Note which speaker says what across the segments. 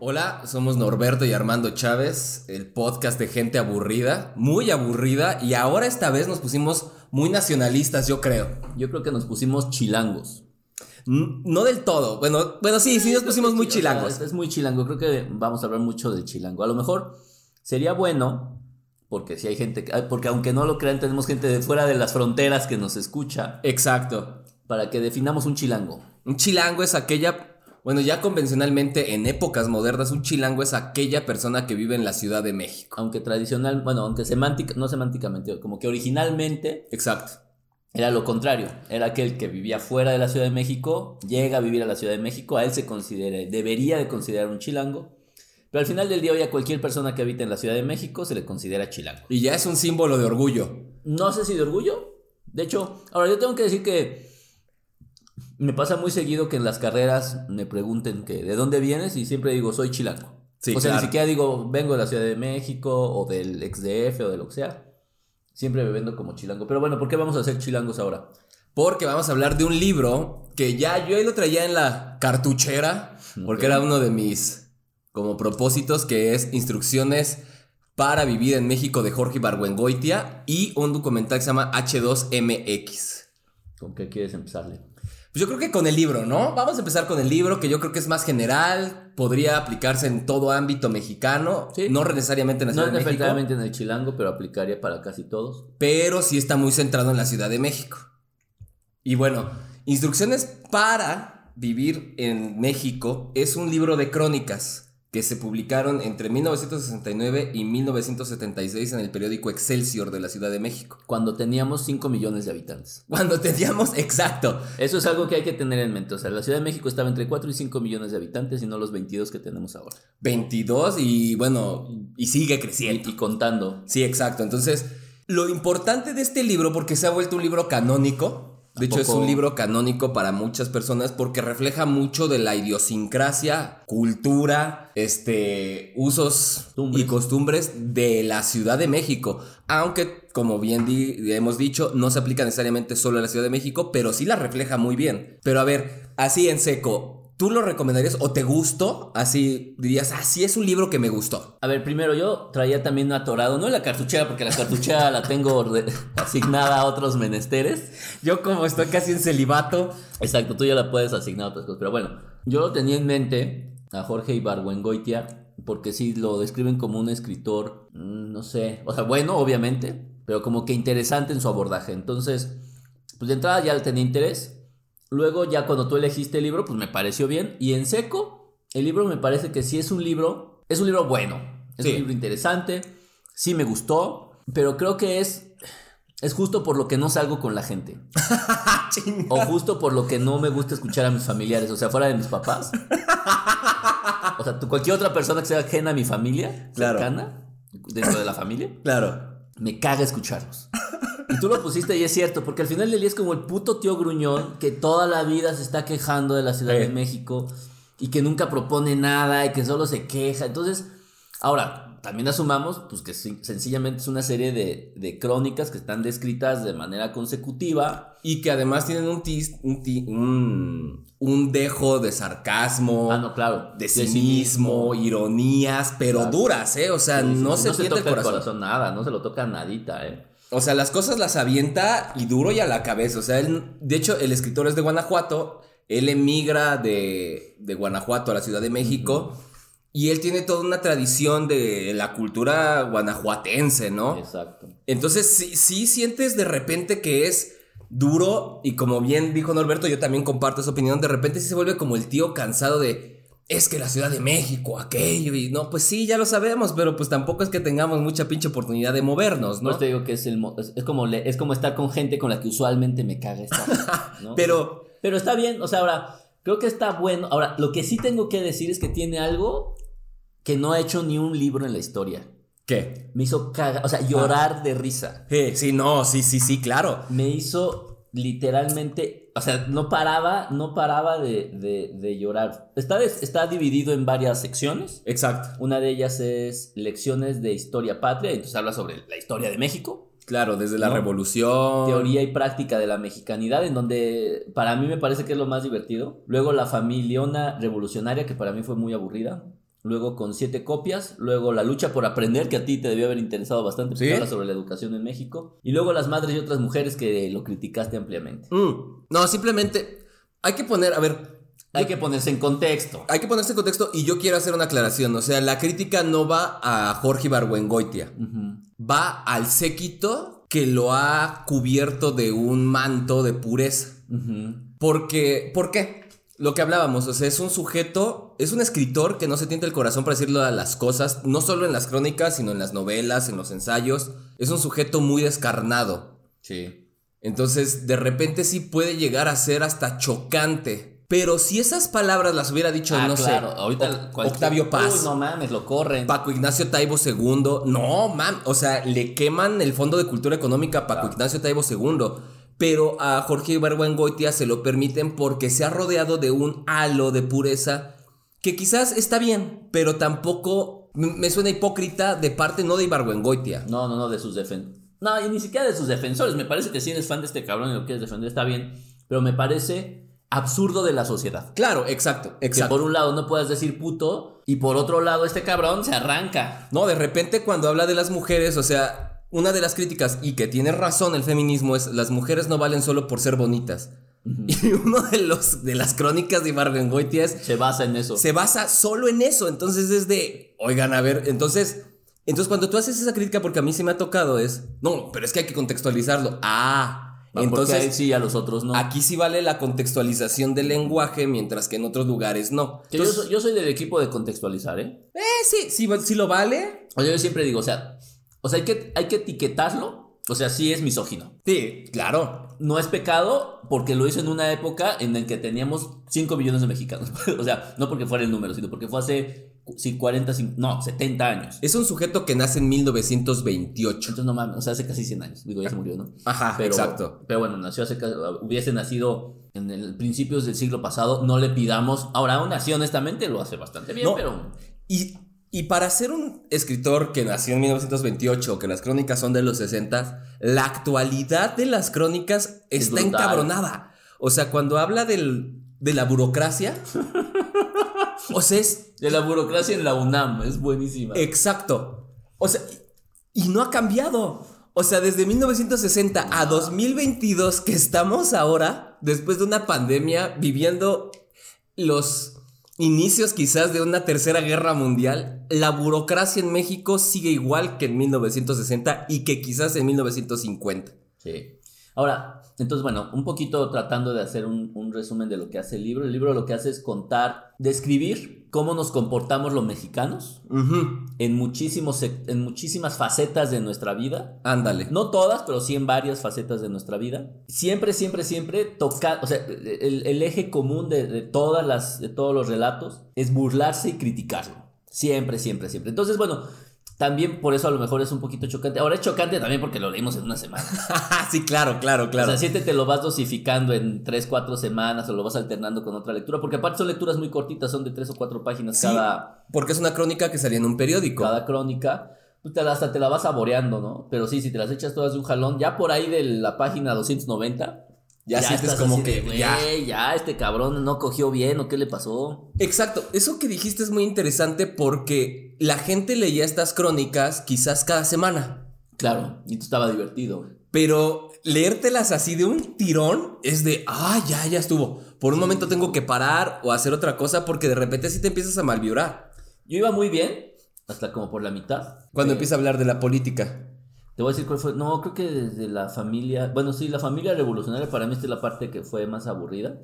Speaker 1: Hola, somos Norberto y Armando Chávez, el podcast de gente aburrida, muy aburrida, y ahora esta vez nos pusimos muy nacionalistas, yo creo.
Speaker 2: Yo creo que nos pusimos chilangos.
Speaker 1: Mm, No del todo, bueno, bueno sí, sí nos pusimos muy
Speaker 2: O sea,
Speaker 1: chilangos.
Speaker 2: es, es muy chilango. Creo que vamos a hablar mucho del chilango. A lo mejor sería bueno, porque si hay gente, que- porque aunque no lo crean, tenemos gente de fuera de las fronteras que nos escucha,
Speaker 1: Exacto.
Speaker 2: para que definamos un chilango.
Speaker 1: Un chilango es aquella, bueno, ya convencionalmente en épocas modernas, un chilango es aquella persona que vive en la Ciudad de México.
Speaker 2: Aunque tradicional, bueno, aunque semántica, no semánticamente, como que originalmente
Speaker 1: Exacto.
Speaker 2: era lo contrario. Era aquel que vivía fuera de la Ciudad de México, llega a vivir a la Ciudad de México, a él se considera, debería de considerar un chilango. Pero al final del día, hoy a cualquier persona que habita en la Ciudad de México se le considera chilango.
Speaker 1: Y ya es un símbolo de orgullo.
Speaker 2: No sé si de orgullo. De hecho, ahora yo tengo que decir que me pasa muy seguido que en las carreras me pregunten que de dónde vienes y siempre digo soy chilango.
Speaker 1: Sí,
Speaker 2: o sea,
Speaker 1: claro.
Speaker 2: ni siquiera digo vengo de la Ciudad de México o del ex-DF o de lo que sea. Siempre me vendo como chilango. Pero bueno, ¿por qué vamos a ser chilangos ahora?
Speaker 1: Porque vamos a hablar de un libro que ya yo ahí lo traía en la cartuchera, porque
Speaker 2: Ok.
Speaker 1: era uno de mis como propósitos, que es Instrucciones para Vivir en México de Jorge Barguengoitia y un documental que se llama H2MX.
Speaker 2: ¿Con qué quieres empezarle?
Speaker 1: Pues yo creo que con el libro, ¿no? Vamos a empezar con el libro, que yo creo que es más general, podría aplicarse en todo ámbito mexicano,
Speaker 2: Sí.
Speaker 1: no necesariamente en la
Speaker 2: No
Speaker 1: Ciudad
Speaker 2: es
Speaker 1: de México,
Speaker 2: efectivamente en el chilango, pero aplicaría para casi todos.
Speaker 1: pero sí está muy centrado en la Ciudad de México. Y bueno, Instrucciones para vivir en México es un libro de crónicas que se publicaron entre 1969 y 1976 en el periódico Excelsior de la Ciudad de México.
Speaker 2: Cuando teníamos 5 millones de habitantes.
Speaker 1: Cuando teníamos, exacto,
Speaker 2: Eso es algo que hay que tener en mente. O sea, la Ciudad de México estaba entre 4 y 5 millones de habitantes y no los 22 que tenemos ahora.
Speaker 1: 22 y bueno, y sigue creciendo.
Speaker 2: y, y contando.
Speaker 1: Sí, exacto. Entonces, lo importante de este libro, porque se ha vuelto un libro canónico, de hecho es
Speaker 2: poco?
Speaker 1: un libro canónico para muchas personas porque refleja mucho de la idiosincrasia, cultura, este, usos
Speaker 2: Costumbres.
Speaker 1: y costumbres de la Ciudad de México. Aunque, como bien di- hemos dicho, no se aplica necesariamente solo a la Ciudad de México, pero sí la refleja muy bien. Pero a ver, así en seco, ¿tú lo recomendarías o te gustó? Así dirías, así es un libro que me gustó.
Speaker 2: A ver, primero yo traía también atorado, no en la cartuchera, porque la cartuchera la tengo orde- asignada a otros menesteres.
Speaker 1: Yo como estoy casi en celibato,
Speaker 2: Exacto, tú ya la puedes asignar a otras cosas. Pero bueno, yo lo tenía en mente a Jorge Ibargüengoitia, porque sí lo describen como un escritor, mm, no sé, o sea, bueno, obviamente, pero como que interesante en su abordaje. Entonces, pues de entrada ya le tenía interés. Luego ya cuando tú elegiste el libro, pues me pareció bien. Y en seco, el libro me parece que sí es un libro, es un libro bueno, es
Speaker 1: Sí.
Speaker 2: un libro interesante, sí me gustó, pero creo que es, es justo por lo que no salgo con la gente. o justo por lo que no me gusta escuchar a mis familiares, o sea, fuera de mis papás. O sea, tú- cualquier otra persona que sea ajena a mi familia,
Speaker 1: Claro.
Speaker 2: cercana, dentro de la familia,
Speaker 1: Claro.
Speaker 2: me caga escucharlos. Y tú lo pusiste y es cierto, porque al final del día es como el puto tío gruñón que toda la vida se está quejando de la Ciudad de
Speaker 1: Sí.
Speaker 2: México y que nunca propone nada y que solo se queja. Entonces, ahora, también asumamos pues que sí, sencillamente es una serie de, de crónicas que están descritas de manera consecutiva,
Speaker 1: Y que además tienen un tis- un, ti- un- un dejo de sarcasmo,
Speaker 2: Ah, no, claro.
Speaker 1: de
Speaker 2: De
Speaker 1: cinismo,
Speaker 2: cinismo.
Speaker 1: ironías, pero
Speaker 2: Claro.
Speaker 1: duras, ¿eh? O sea,
Speaker 2: Sí, sí,
Speaker 1: no se siente
Speaker 2: toca
Speaker 1: el corazón.
Speaker 2: nada, no se lo toca nadita, ¿eh?
Speaker 1: O sea, las cosas las avienta y duro y a la cabeza. O sea, él, de hecho, el escritor es de Guanajuato, él emigra de, de Guanajuato a la Ciudad de México. Y él tiene toda una tradición de la cultura guanajuatense, ¿no?
Speaker 2: Exacto.
Speaker 1: Entonces, sí, sí sientes de repente que es duro y como bien dijo Norberto, yo también comparto esa opinión, de repente sí se vuelve como el tío cansado de, es que la Ciudad de México, aquello, y no, pues sí, ya lo sabemos, pero pues tampoco es que tengamos mucha pinche oportunidad de movernos,
Speaker 2: No
Speaker 1: ¿no?
Speaker 2: Pues te digo que es el mo- es, es como le- es como estar con gente con la que usualmente me caga estar, ¿no?
Speaker 1: Pero,
Speaker 2: Pero está bien, o sea, ahora, creo que está bueno. Ahora, lo que sí tengo que decir es que tiene algo que no ha hecho ni un libro en la historia.
Speaker 1: ¿qué?
Speaker 2: Me hizo cagar, o sea, llorar de risa.
Speaker 1: Eh, sí, no, sí, sí, sí, claro.
Speaker 2: Me hizo literalmente, o sea, no paraba, no paraba de, de- de llorar. Está, des- está dividido en varias secciones.
Speaker 1: Exacto.
Speaker 2: Una de ellas es lecciones de historia patria, entonces habla sobre la historia de México.
Speaker 1: Claro, desde la
Speaker 2: ¿No?
Speaker 1: revolución.
Speaker 2: teoría y práctica de la mexicanidad, en donde para mí me parece que es lo más divertido. Luego la familiona revolucionaria, que para mí fue muy aburrida. luego con siete copias, luego La lucha por aprender, que a ti te debió haber interesado bastante, porque
Speaker 1: ¿Sí?
Speaker 2: habla sobre la educación en México, y luego Las madres y otras mujeres, que lo criticaste ampliamente.
Speaker 1: Mm, No, simplemente hay que poner, a ver,
Speaker 2: Hay que ponerse en contexto.
Speaker 1: hay que ponerse en contexto y yo quiero hacer una aclaración. O sea, la crítica no va a Jorge Ibargüengoitia,
Speaker 2: Ujú.
Speaker 1: va al séquito que lo ha cubierto de un manto de pureza.
Speaker 2: Ujú.
Speaker 1: Porque, ¿por qué? Lo que hablábamos, o sea, es un sujeto, es un escritor que no se tienta el corazón para decirle a las cosas, no solo en las crónicas, sino en las novelas, en los ensayos. Es un sujeto muy descarnado.
Speaker 2: Sí.
Speaker 1: Entonces, de repente sí puede llegar a ser hasta chocante. Pero si esas palabras las hubiera dicho,
Speaker 2: Ah,
Speaker 1: no
Speaker 2: claro.
Speaker 1: sé,
Speaker 2: Ahorita
Speaker 1: Oc-
Speaker 2: cualquier-
Speaker 1: Octavio Paz,
Speaker 2: Uy, no mames, lo corren.
Speaker 1: Paco Ignacio Taibo II, no, man, o sea, le queman el Fondo de Cultura Económica a Paco Ignacio Taibo II. Pero a Jorge Ibargüengoitia se lo permiten porque se ha rodeado de un halo de pureza que quizás está bien, pero tampoco m- me suena hipócrita de parte no de Ibargüengoitia.
Speaker 2: No, no, no, de sus defensores. No, y ni siquiera de sus defensores. Me parece que si eres fan de este cabrón y lo quieres defender, está bien. Pero me parece absurdo de la sociedad.
Speaker 1: Claro, exacto,
Speaker 2: Que
Speaker 1: exacto.
Speaker 2: por un lado no puedas decir puto y por otro lado este cabrón se arranca.
Speaker 1: No, de repente cuando habla de las mujeres, o sea, una de las críticas, y que tiene razón el feminismo, es las mujeres no valen solo por ser bonitas. Y uno de los de las crónicas de Ibargüengoitia es
Speaker 2: Se basa en eso.
Speaker 1: se basa solo en eso. Entonces es de, oigan, a ver, entonces, entonces cuando tú haces esa crítica, porque a mí sí me ha tocado, es, no, pero es que hay que contextualizarlo. Ah,
Speaker 2: Va, porque a él
Speaker 1: entonces
Speaker 2: sí y a los otros no.
Speaker 1: aquí sí vale la contextualización del lenguaje, mientras que en otros lugares no.
Speaker 2: Que yo,
Speaker 1: Entonces,
Speaker 2: soy- yo soy del equipo de contextualizar, ¿eh?
Speaker 1: eh, sí, sí, va- sí lo vale.
Speaker 2: O sea, yo siempre digo, o sea, o sea, hay que, hay que etiquetarlo. O sea, sí es misógino.
Speaker 1: Sí, claro.
Speaker 2: no es pecado porque lo hizo en una época en la que teníamos 5 millones de mexicanos. o sea, no porque fuera el número, sino porque fue hace cu- sí, 40, cin- no, 70 años.
Speaker 1: Es un sujeto que nace en 1928.
Speaker 2: Entonces, no mames, o sea, hace casi 100 años. Digo, ya se murió, ¿no?
Speaker 1: Ajá,
Speaker 2: Pero,
Speaker 1: Ah, exacto.
Speaker 2: Pero bueno, nació hace casi- hubiese nacido en el principios del siglo pasado. No le pidamos. Ahora, aún así, honestamente, lo hace bastante bien,
Speaker 1: No.
Speaker 2: pero.
Speaker 1: Y, y para ser un escritor que nació en 1928, que las crónicas son de los 60, la actualidad de las crónicas
Speaker 2: Es
Speaker 1: está
Speaker 2: brutal.
Speaker 1: encabronada. O sea, cuando habla del, de la burocracia, o sea, es
Speaker 2: De la burocracia en la UNAM, es buenísima.
Speaker 1: exacto. O sea, y, y no ha cambiado. O sea, desde 1960 a 2022 que estamos ahora, después de una pandemia, viviendo los inicios quizás de una tercera guerra mundial, la burocracia en México sigue igual que en 1960 y que quizás en 1950.
Speaker 2: Sí. Ahora, entonces, bueno, un poquito tratando de hacer un, un resumen de lo que hace el libro. El libro lo que hace es contar, describir cómo nos comportamos los mexicanos
Speaker 1: Ujú,
Speaker 2: en, muchísimos, sec- en muchísimas facetas de nuestra vida.
Speaker 1: Ándale.
Speaker 2: No todas, pero sí en varias facetas de nuestra vida. Siempre, siempre, siempre toca, o sea, el, el eje común de, de todas las, de todos los relatos es burlarse y criticarlo. Siempre, siempre, siempre. Entonces, bueno, también por eso a lo mejor es un poquito chocante. Ahora es chocante también porque lo leímos en una semana.
Speaker 1: sí, claro, claro,
Speaker 2: O
Speaker 1: claro.
Speaker 2: sea, siete te lo vas dosificando en tres, cuatro semanas o lo vas alternando con otra lectura, porque aparte son lecturas muy cortitas, son de tres o cuatro páginas
Speaker 1: Sí,
Speaker 2: cada,
Speaker 1: porque es una crónica que salía en un periódico.
Speaker 2: cada crónica. Pues te la- hasta te la vas saboreando, ¿no? Pero sí, si te las echas todas de un jalón, ya por ahí de la página 290,
Speaker 1: Ya, sientes
Speaker 2: estás
Speaker 1: como
Speaker 2: así de,
Speaker 1: que
Speaker 2: "Güey,
Speaker 1: ya.
Speaker 2: ya, este cabrón no cogió bien o qué le pasó.
Speaker 1: Exacto, eso que dijiste es muy interesante porque la gente leía estas crónicas quizás cada semana,
Speaker 2: Claro, y tú estaba divertido.
Speaker 1: pero leértelas así de un tirón es de, ah, ya, ya estuvo. Por un momento tengo que parar o hacer otra cosa porque de repente sí te empiezas a malvibrar
Speaker 2: Yo iba muy bien, hasta como por la mitad.
Speaker 1: cuando
Speaker 2: Eh,
Speaker 1: empieza a hablar de la política.
Speaker 2: Te voy a decir cuál fue. No, creo que desde la familia. Bueno, sí, la familia revolucionaria para mí esta es la parte que fue más aburrida.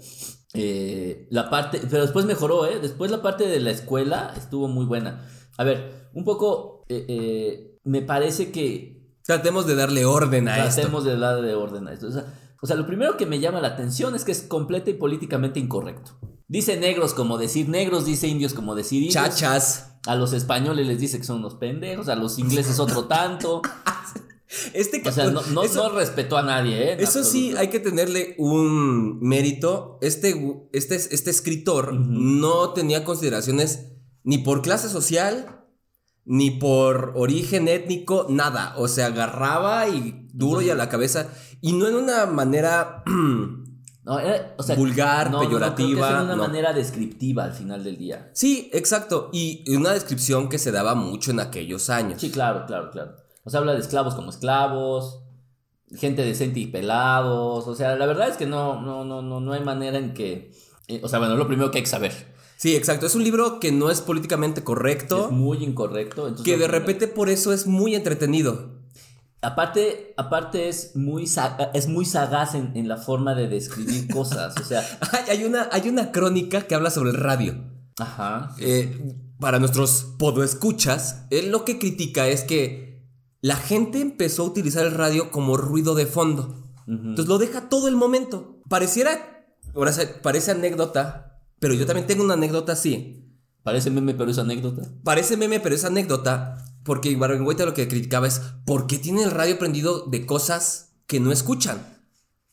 Speaker 2: Eh, la parte. Pero después mejoró, ¿eh? Después la parte de la escuela estuvo muy buena. A ver, un poco. eh, eh, me parece que
Speaker 1: Tratemos de darle orden a esto.
Speaker 2: tratemos de darle de orden a esto. O sea, o sea, lo primero que me llama la atención es que es completa y políticamente incorrecto. Dice negros como decir negros, dice indios como decir indios.
Speaker 1: Chachas.
Speaker 2: A los españoles les dice que son unos pendejos, a los ingleses otro tanto.
Speaker 1: Este
Speaker 2: O sea, no, no,
Speaker 1: eso-
Speaker 2: no respetó a nadie, ¿eh? En
Speaker 1: Eso sí,
Speaker 2: absoluto.
Speaker 1: hay que tenerle un mérito. Este, gu- este, este escritor
Speaker 2: Ujú.
Speaker 1: no tenía consideraciones ni por clase social, ni por origen étnico, nada. O sea, agarraba y duro y a la cabeza. Y no en una manera
Speaker 2: No, era- o sea,
Speaker 1: Vulgar,
Speaker 2: no, no, no, creo que
Speaker 1: peyorativa,
Speaker 2: es una
Speaker 1: no.
Speaker 2: manera descriptiva al final del día.
Speaker 1: Sí, exacto. Y una descripción que se daba mucho en aquellos años.
Speaker 2: Sí, claro, claro, claro. O sea, habla de esclavos como esclavos, gente decente y pelados. O sea, la verdad es que no, no, no, no, no hay manera en que. eh, o sea, bueno, lo primero que hay que saber.
Speaker 1: Sí, exacto. Es un libro que no es políticamente correcto,
Speaker 2: Es muy incorrecto. entonces
Speaker 1: que
Speaker 2: lo
Speaker 1: de
Speaker 2: primero-
Speaker 1: repente por eso es muy entretenido.
Speaker 2: Aparte, aparte es muy saga- es muy sagaz en, en la forma de describir cosas. O sea,
Speaker 1: Ay, hay, una, hay una crónica que habla sobre el radio.
Speaker 2: ajá.
Speaker 1: Eh, para nuestros podoescuchas, él lo que critica es que la gente empezó a utilizar el radio como ruido de fondo. Entonces lo deja todo el momento. Pareciera, ahora se- parece anécdota, pero yo también tengo una anécdota así.
Speaker 2: Parece meme, pero es anécdota.
Speaker 1: Parece meme, pero es anécdota, porque Ibargüengoitia lo que criticaba es por qué tiene el radio prendido de cosas que no escuchan,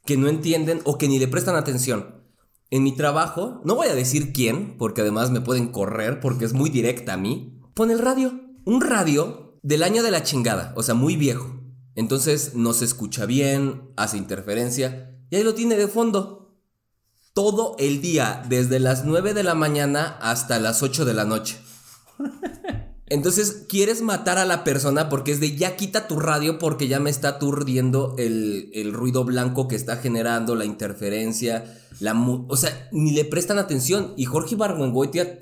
Speaker 1: que no entienden o que ni le prestan atención. En mi trabajo, no voy a decir quién, porque además me pueden correr porque es muy directa a mí, pone el radio, un radio del año de la chingada, o sea, muy viejo. Entonces no se escucha bien, hace interferencia, y ahí lo tiene de fondo. Todo el día, desde las 9 de la mañana hasta las 8 de la noche. Entonces quieres matar a la persona porque es de ya quita tu radio porque ya me está aturdiendo el, el ruido blanco que está generando, la interferencia, la mu- o sea, ni le prestan atención. Y Jorge Ibargüengoitia,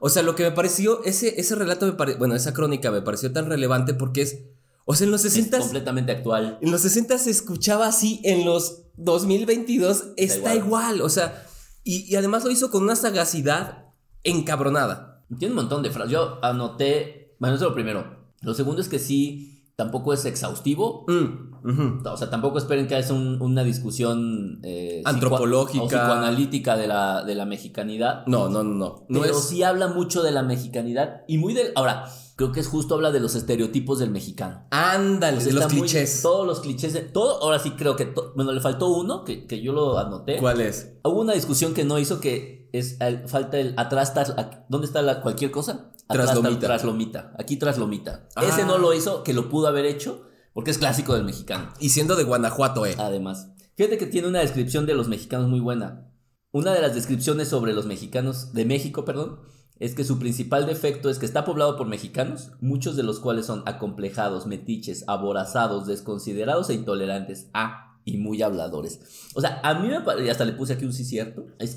Speaker 1: o sea, lo que me pareció, ese, ese relato, me pare- bueno, esa crónica me pareció tan relevante porque es, o sea, en los
Speaker 2: Es
Speaker 1: 60
Speaker 2: completamente actual.
Speaker 1: en los 60 se escuchaba así, en los 2022 está
Speaker 2: igual.
Speaker 1: igual, o sea, y, y además lo hizo con una sagacidad encabronada.
Speaker 2: Tiene un montón de frases. Yo anoté. Bueno, eso es lo primero. Lo segundo es que sí, tampoco es exhaustivo.
Speaker 1: Mm, ujú.
Speaker 2: O sea, tampoco esperen que haya un- una discusión eh, psico-
Speaker 1: Antropológica.
Speaker 2: o psicoanalítica de la, de la mexicanidad.
Speaker 1: No, no, no, no. No
Speaker 2: pero
Speaker 1: es-
Speaker 2: sí habla mucho de la mexicanidad y muy del. Ahora, creo que es justo habla de los estereotipos del mexicano.
Speaker 1: Ándale,
Speaker 2: Pues
Speaker 1: de los
Speaker 2: está muy-
Speaker 1: clichés.
Speaker 2: todos los clichés. de- todo, ahora sí creo que. to- bueno, le faltó uno que, que yo lo anoté.
Speaker 1: ¿Cuál es?
Speaker 2: Hubo una discusión que no hizo que es al- falta el atrás. tras- a- ¿Dónde está la, cualquier cosa? Atrás,
Speaker 1: Traslomita.
Speaker 2: tras- traslomita. Aquí traslomita.
Speaker 1: Ah.
Speaker 2: Ese no lo hizo, que lo pudo haber hecho, porque es clásico del mexicano.
Speaker 1: Y siendo de Guanajuato, eh.
Speaker 2: Además, fíjate que tiene una descripción de los mexicanos muy buena. Una de las descripciones sobre los mexicanos de México, perdón, es que su principal defecto es que está poblado por mexicanos, muchos de los cuales son acomplejados, metiches, aborazados, desconsiderados e intolerantes. Ah, y muy habladores. O sea, a mí me parece, hasta le puse aquí un sí cierto, es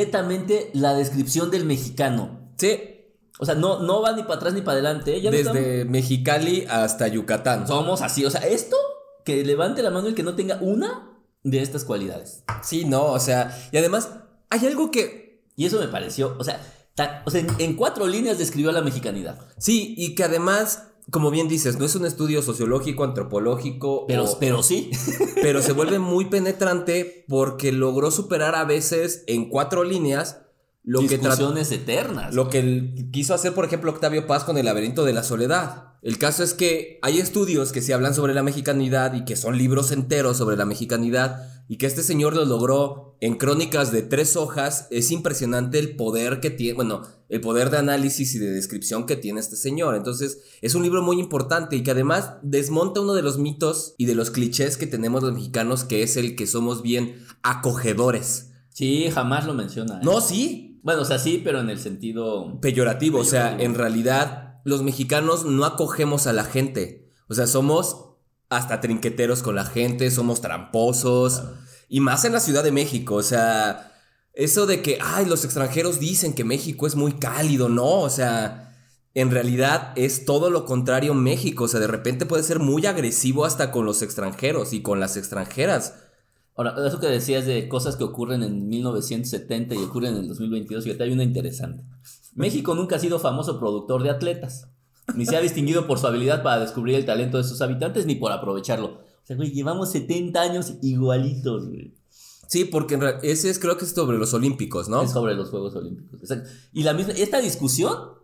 Speaker 2: completamente la descripción del mexicano.
Speaker 1: Sí,
Speaker 2: O sea, no, no va ni para atrás ni para adelante. ¿eh? Ya no estamos-
Speaker 1: desde Mexicali hasta Yucatán.
Speaker 2: somos así. O sea, esto, que levante la mano el que no tenga una de estas cualidades.
Speaker 1: Sí, no, o sea, y además hay algo que...
Speaker 2: Y eso me pareció, o sea, ta- o sea, en, en cuatro líneas describió la mexicanidad.
Speaker 1: Sí, y que además, como bien dices, no es un estudio sociológico, antropológico,
Speaker 2: Pero,
Speaker 1: o-
Speaker 2: pero sí.
Speaker 1: pero se vuelve muy penetrante porque logró superar a veces en cuatro líneas lo que, trató
Speaker 2: discusiones eternas.
Speaker 1: Lo que el- quiso hacer, por ejemplo, Octavio Paz con el laberinto de la soledad. El caso es que hay estudios que se hablan sobre la mexicanidad y que son libros enteros sobre la mexicanidad y que este señor lo logró en crónicas de tres hojas. Es impresionante el poder que tiene, bueno, el poder de análisis y de descripción que tiene este señor. Entonces, es un libro muy importante y que además desmonta uno de los mitos y de los clichés que tenemos los mexicanos, que es el que somos bien acogedores.
Speaker 2: Sí, jamás lo menciona. ¿eh?
Speaker 1: No, sí,
Speaker 2: Bueno, o sea, sí, pero en el sentido.
Speaker 1: peyorativo. O sea,
Speaker 2: Peyorativo.
Speaker 1: en realidad, los mexicanos no acogemos a la gente. O sea, somos hasta trinqueteros con la gente, somos tramposos. Y más en la Ciudad de México. O sea, eso de que, ay, los extranjeros dicen que México es muy cálido. No, o sea. En realidad es todo lo contrario México, o sea, de repente puede ser muy agresivo hasta con los extranjeros y con las extranjeras.
Speaker 2: Ahora, eso que decías de cosas que ocurren en 1970 y ocurren en el 2022, fíjate, hay una interesante. México nunca ha sido famoso productor de atletas, ni se ha distinguido por su habilidad para descubrir el talento de sus habitantes ni por aprovecharlo. O sea, güey, llevamos 70 años igualitos, güey.
Speaker 1: Sí, porque en real- ese es creo que es sobre los olímpicos, ¿no?
Speaker 2: Es sobre los Juegos Olímpicos. Exacto. Y la misma, esta discusión
Speaker 1: Uh.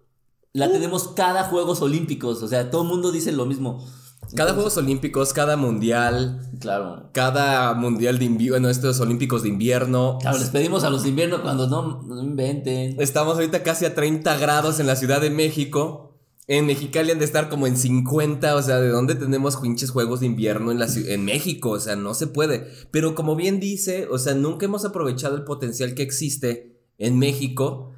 Speaker 2: la tenemos cada Juegos Olímpicos. O sea, todo el mundo dice lo mismo.
Speaker 1: Cada Juegos Olímpicos, cada Mundial,
Speaker 2: Claro.
Speaker 1: cada mundial de invierno, bueno, estos olímpicos de invierno.
Speaker 2: Claro, les pedimos a los de invierno cuando no, no inventen.
Speaker 1: Estamos ahorita casi a 30 grados en la Ciudad de México En Mexicali han de estar como en 50, o sea, ¿de dónde tenemos pinches juegos de invierno en, la, ci- en México? O sea, no se puede. Pero como bien dice, o sea, nunca hemos aprovechado el potencial que existe en México.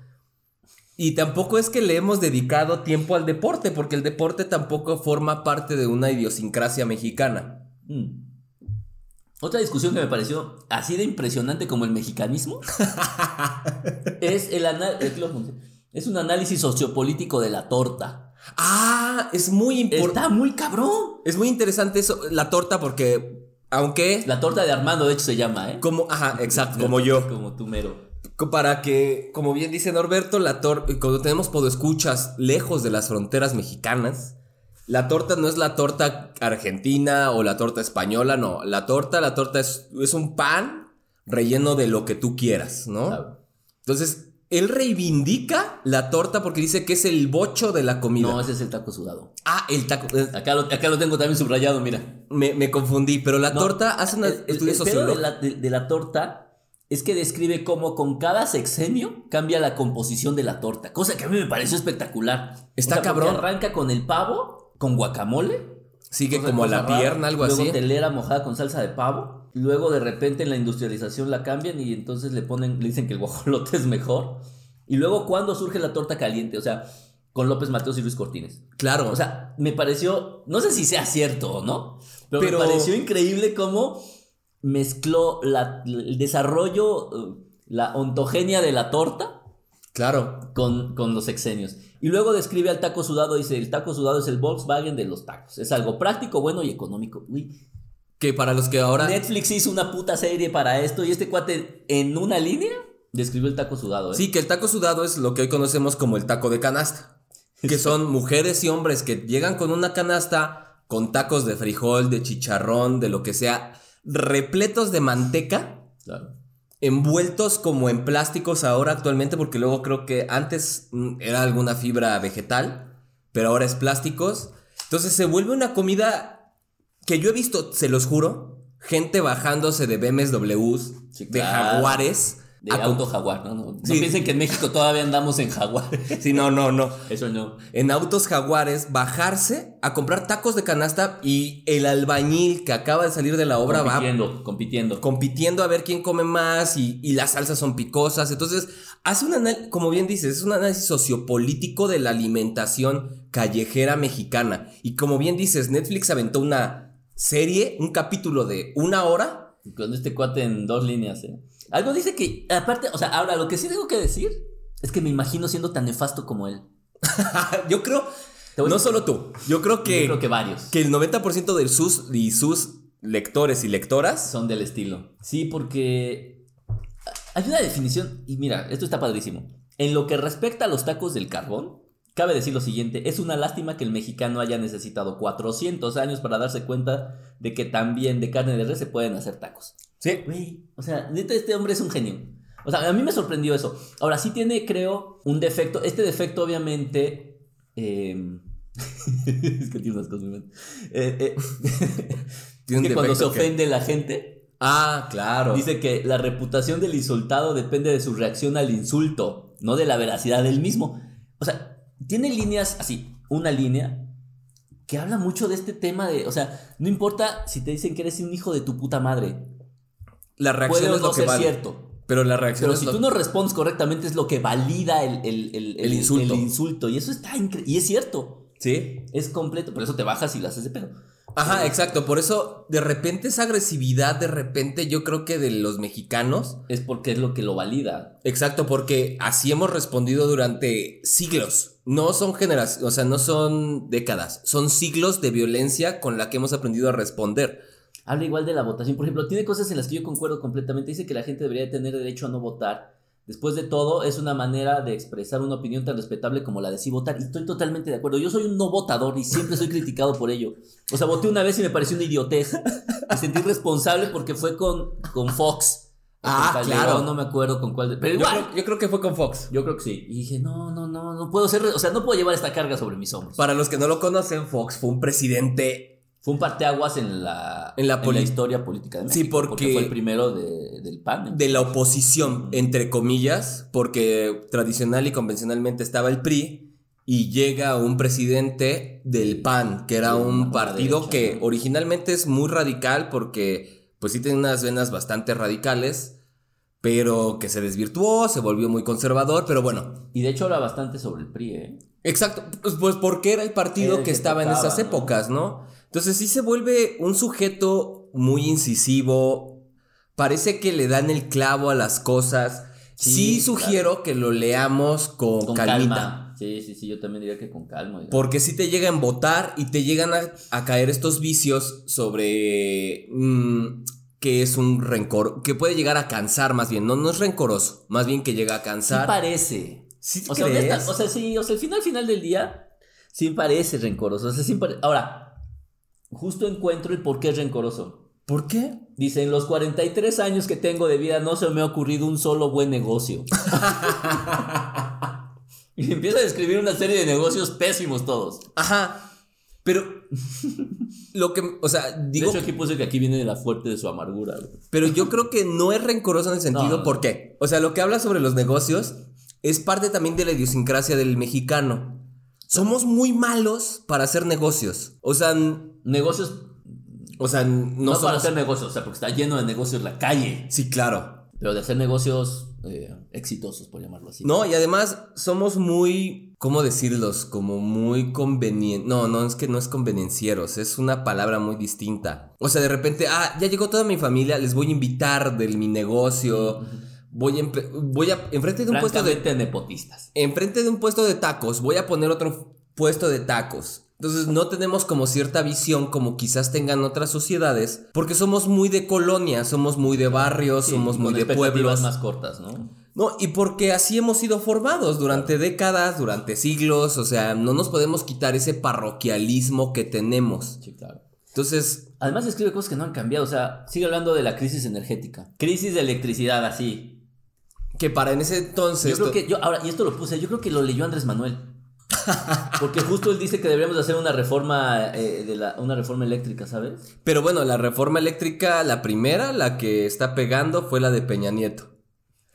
Speaker 1: Y tampoco es que le hemos dedicado tiempo al deporte, porque el deporte tampoco forma parte de una idiosincrasia mexicana.
Speaker 2: Mm. Otra discusión que me pareció así de impresionante como el mexicanismo es el, ana- el- lo apunté. es un análisis sociopolítico de la torta.
Speaker 1: Ah, es muy importante.
Speaker 2: Está muy cabrón.
Speaker 1: Es muy interesante eso, la torta, porque aunque...
Speaker 2: La torta de Armando, de hecho, se llama, ¿eh?
Speaker 1: Como, ajá, exacto, como yo.
Speaker 2: Como tú mero.
Speaker 1: Co- Para que, como bien dice Norberto, la tor- cuando tenemos podescuchas lejos de las fronteras mexicanas, la torta no es la torta argentina o la torta española, no. La torta, la torta es, es un pan relleno de lo que tú quieras, ¿no?
Speaker 2: Claro.
Speaker 1: Entonces, él reivindica la torta porque dice que es el bocho de la comida.
Speaker 2: No, ese es el taco sudado.
Speaker 1: Ah, el taco. eh,
Speaker 2: Acá lo, acá lo tengo también subrayado, mira.
Speaker 1: Me, me confundí, pero la
Speaker 2: No,
Speaker 1: torta hace una
Speaker 2: el, el-
Speaker 1: estudio
Speaker 2: el pedo de
Speaker 1: sociológico.
Speaker 2: la, de- de la torta es que describe cómo con cada sexenio cambia la composición de la torta, cosa que a mí me pareció espectacular.
Speaker 1: Está
Speaker 2: porque
Speaker 1: cabrón.
Speaker 2: Arranca con el pavo, con guacamole,
Speaker 1: Sigue
Speaker 2: cosa-
Speaker 1: como a
Speaker 2: cosa
Speaker 1: la
Speaker 2: rara,
Speaker 1: pierna, algo
Speaker 2: luego
Speaker 1: así.
Speaker 2: telera mojada con salsa de pavo, luego de repente en la industrialización la cambian y entonces le ponen, le dicen que el guajolote es mejor, y luego cuando surge la torta caliente, o sea, con López Mateos y Luis Cortines.
Speaker 1: Claro.
Speaker 2: O sea, me pareció, no sé si sea cierto o no, pero,
Speaker 1: Pero-
Speaker 2: me pareció increíble cómo mezcló la- el desarrollo, eh, la ontogenia de la torta
Speaker 1: claro.
Speaker 2: con, con los exenios. Y luego describe al taco sudado, dice, el taco sudado es el Volkswagen de los tacos. Es algo práctico, bueno y económico. Uy,
Speaker 1: Que para los que ahora.
Speaker 2: Netflix hizo una puta serie para esto y este cuate en una línea describió el taco sudado. ¿eh?
Speaker 1: Sí, que el taco sudado es lo que hoy conocemos como el taco de canasta. Que son mujeres y hombres que llegan con una canasta con tacos de frijol, de chicharrón, de lo que sea, repletos de manteca,
Speaker 2: Claro.
Speaker 1: envueltos como en plásticos ahora actualmente, porque luego creo que antes mm, era alguna fibra vegetal, pero ahora es plásticos. Entonces se vuelve una comida que yo he visto, se los juro, gente bajándose de BMWs,
Speaker 2: Sí,
Speaker 1: de
Speaker 2: claro.
Speaker 1: jaguares.
Speaker 2: De
Speaker 1: a
Speaker 2: auto jaguar, ¿no? No, no
Speaker 1: Sí.
Speaker 2: piensen que en México todavía andamos en jaguar.
Speaker 1: Sí, no, no, no.
Speaker 2: Eso no.
Speaker 1: en autos jaguares bajarse a comprar tacos de canasta y el albañil que acaba de salir de la obra va
Speaker 2: compitiendo, compitiendo.
Speaker 1: compitiendo a ver quién come más y, y las salsas son picosas. Entonces, hace un análisis, como bien dices, es un análisis sociopolítico de la alimentación callejera mexicana. Y como bien dices, Netflix aventó una serie, un capítulo de una hora.
Speaker 2: Con este cuate en dos líneas, ¿eh? Algo dice que, aparte, o sea, ahora lo que sí tengo que decir es que me imagino siendo tan nefasto como él.
Speaker 1: yo creo,
Speaker 2: Te voy a-
Speaker 1: no solo tú, yo creo que,
Speaker 2: Yo creo que varios
Speaker 1: que el 90% de sus, y sus lectores y lectoras
Speaker 2: son del estilo. Sí, porque hay una definición, y mira, esto está padrísimo. En lo que respecta a los tacos del carbón, cabe decir lo siguiente, es una lástima que el mexicano haya necesitado 400 años para darse cuenta de que también de carne de res se pueden hacer tacos.
Speaker 1: Sí.
Speaker 2: Güey, o sea, neta, este hombre es un genio. O sea, a mí me sorprendió eso. Ahora, sí tiene, creo, un defecto. Este defecto, obviamente. eh, es que tiene unas cosas muy buenas. Eh, eh,
Speaker 1: Tiene un
Speaker 2: que cuando se
Speaker 1: defecto que-
Speaker 2: ofende la gente,
Speaker 1: Ah, claro.
Speaker 2: dice que la reputación del insultado depende de su reacción al insulto, no de la veracidad del mismo. O sea, tiene líneas así, una línea que habla mucho de este tema de. O sea, no importa si te dicen que eres un hijo de tu puta madre.
Speaker 1: la reacción
Speaker 2: Puede o
Speaker 1: es lo
Speaker 2: no
Speaker 1: que
Speaker 2: ser
Speaker 1: vale.
Speaker 2: cierto.
Speaker 1: Pero la reacción
Speaker 2: Pero
Speaker 1: es
Speaker 2: si
Speaker 1: lo-
Speaker 2: tú no respondes correctamente es lo que valida el, el- el- el-
Speaker 1: insulto.
Speaker 2: el insulto. Y eso está increíble. Y es cierto.
Speaker 1: Sí.
Speaker 2: Es completo. Por eso te bajas y las haces de pedo.
Speaker 1: Ajá, exacto. Por eso, de repente, esa agresividad, de repente, yo creo que de los mexicanos.
Speaker 2: Es porque es lo que lo valida.
Speaker 1: Exacto, porque así hemos respondido durante siglos. No son generaciones, o sea, no son décadas, son siglos de violencia con la que hemos aprendido a responder.
Speaker 2: Habla igual de la votación. Por ejemplo, tiene cosas en las que yo concuerdo completamente. Dice que la gente debería tener derecho a no votar. Después de todo, es una manera de expresar una opinión tan respetable como la de sí votar. Y estoy totalmente de acuerdo. Yo soy un no votador y siempre soy criticado por ello. O sea, voté una vez y me pareció una idiotez. Me sentí responsable porque fue con, con Fox. O con
Speaker 1: Ah,
Speaker 2: Calderón,
Speaker 1: claro.
Speaker 2: No me acuerdo con cuál. de- Pero
Speaker 1: Yo
Speaker 2: igual.
Speaker 1: creo, yo creo que fue con Fox.
Speaker 2: Yo creo que sí. Y dije, no, no, no, no puedo ser, o sea, no puedo llevar esta carga sobre mis hombros.
Speaker 1: Para los que no lo conocen, Fox fue un presidente
Speaker 2: Fue un parteaguas en la,
Speaker 1: En la poli-
Speaker 2: historia política de
Speaker 1: Sí,
Speaker 2: México.
Speaker 1: porque
Speaker 2: fue el primero de- del PAN. ¿eh?
Speaker 1: de la oposición, entre comillas, porque tradicional y convencionalmente estaba el PRI y llega un presidente del PAN, que era
Speaker 2: Sí,
Speaker 1: un
Speaker 2: una
Speaker 1: partido
Speaker 2: derecha,
Speaker 1: que
Speaker 2: ¿no?
Speaker 1: originalmente es muy radical porque pues sí tiene unas venas bastante radicales, pero que se desvirtuó, se volvió muy conservador, pero bueno,
Speaker 2: Y de hecho habla bastante sobre el PRI, ¿eh?
Speaker 1: exacto, pues, pues porque era el partido
Speaker 2: Era el
Speaker 1: que
Speaker 2: que
Speaker 1: estaba en
Speaker 2: tocaba,
Speaker 1: esas
Speaker 2: Eh, ¿no?
Speaker 1: épocas, ¿no? Entonces sí se vuelve un sujeto muy incisivo, parece que le dan el clavo a las cosas. Sí,
Speaker 2: Sí,
Speaker 1: sugiero que lo leamos con,
Speaker 2: Con
Speaker 1: calmita.
Speaker 2: calma. Sí, sí, sí, yo también diría que con calma. oiga.
Speaker 1: Porque si te llegan a votar y te llegan a, a caer estos vicios sobre mm, que es un rencor, que puede llegar a cansar más bien, no, no es rencoroso, más bien que llega a
Speaker 2: Sí
Speaker 1: cansar.
Speaker 2: parece.
Speaker 1: Sí,
Speaker 2: O sea,
Speaker 1: crees?
Speaker 2: honesta- o sea, sí, o sea, el final, final del día, sí parece rencoroso. O sea, sí pare- Ahora, justo encuentro el por qué es rencoroso.
Speaker 1: ¿Por qué?
Speaker 2: Dice, en los 43 años que tengo de vida no se me ha ocurrido un solo buen negocio. y empieza a describir una serie de negocios pésimos todos.
Speaker 1: Ajá, pero lo que, o sea, digo,
Speaker 2: de hecho, aquí puse que aquí viene la fuerte de su amargura. güey.
Speaker 1: pero yo creo que no es rencoroso en el sentido,
Speaker 2: No, no.
Speaker 1: ¿por qué? O sea, lo que habla sobre los negocios es parte también de la idiosincrasia del mexicano. Somos muy malos para hacer negocios. O sea, n-
Speaker 2: Negocios,
Speaker 1: o sea, n-
Speaker 2: no,
Speaker 1: no, somos...
Speaker 2: para hacer negocios, o sea, porque está lleno de negocios la calle.
Speaker 1: Sí, claro.
Speaker 2: Pero de hacer negocios eh, exitosos, por llamarlo así.
Speaker 1: No, y además somos muy, ¿cómo decirlos? Como muy convenientes. No, no, es que no es conveniencieros, es una palabra muy distinta. O sea, de repente, ah, ya llegó toda mi familia, les voy a invitar de mi negocio. Voy a, empe- voy a enfrente de un puesto de
Speaker 2: Francamente, nepotistas.
Speaker 1: enfrente de un puesto de tacos, voy a poner otro puesto de tacos. Entonces no tenemos como cierta visión como quizás tengan otras sociedades, porque somos muy de colonia, somos muy de barrios,
Speaker 2: Sí,
Speaker 1: somos
Speaker 2: con
Speaker 1: muy de
Speaker 2: expectativas
Speaker 1: pueblos.
Speaker 2: más cortas, ¿no?
Speaker 1: No, y porque así hemos sido formados durante décadas, durante siglos, o sea, no nos podemos quitar ese parroquialismo que tenemos.
Speaker 2: Sí, claro.
Speaker 1: Entonces,
Speaker 2: Además escribe cosas que no han cambiado, o sea, sigue hablando de la crisis energética. Crisis de electricidad, así.
Speaker 1: que para en ese entonces...
Speaker 2: Yo creo que, yo, ahora, y esto lo puse, yo creo que lo leyó Andrés Manuel. Porque justo él dice que deberíamos hacer una reforma, eh, de la, una reforma eléctrica, ¿sabes?
Speaker 1: Pero bueno, la reforma eléctrica, la primera, la que está pegando fue la de Peña Nieto.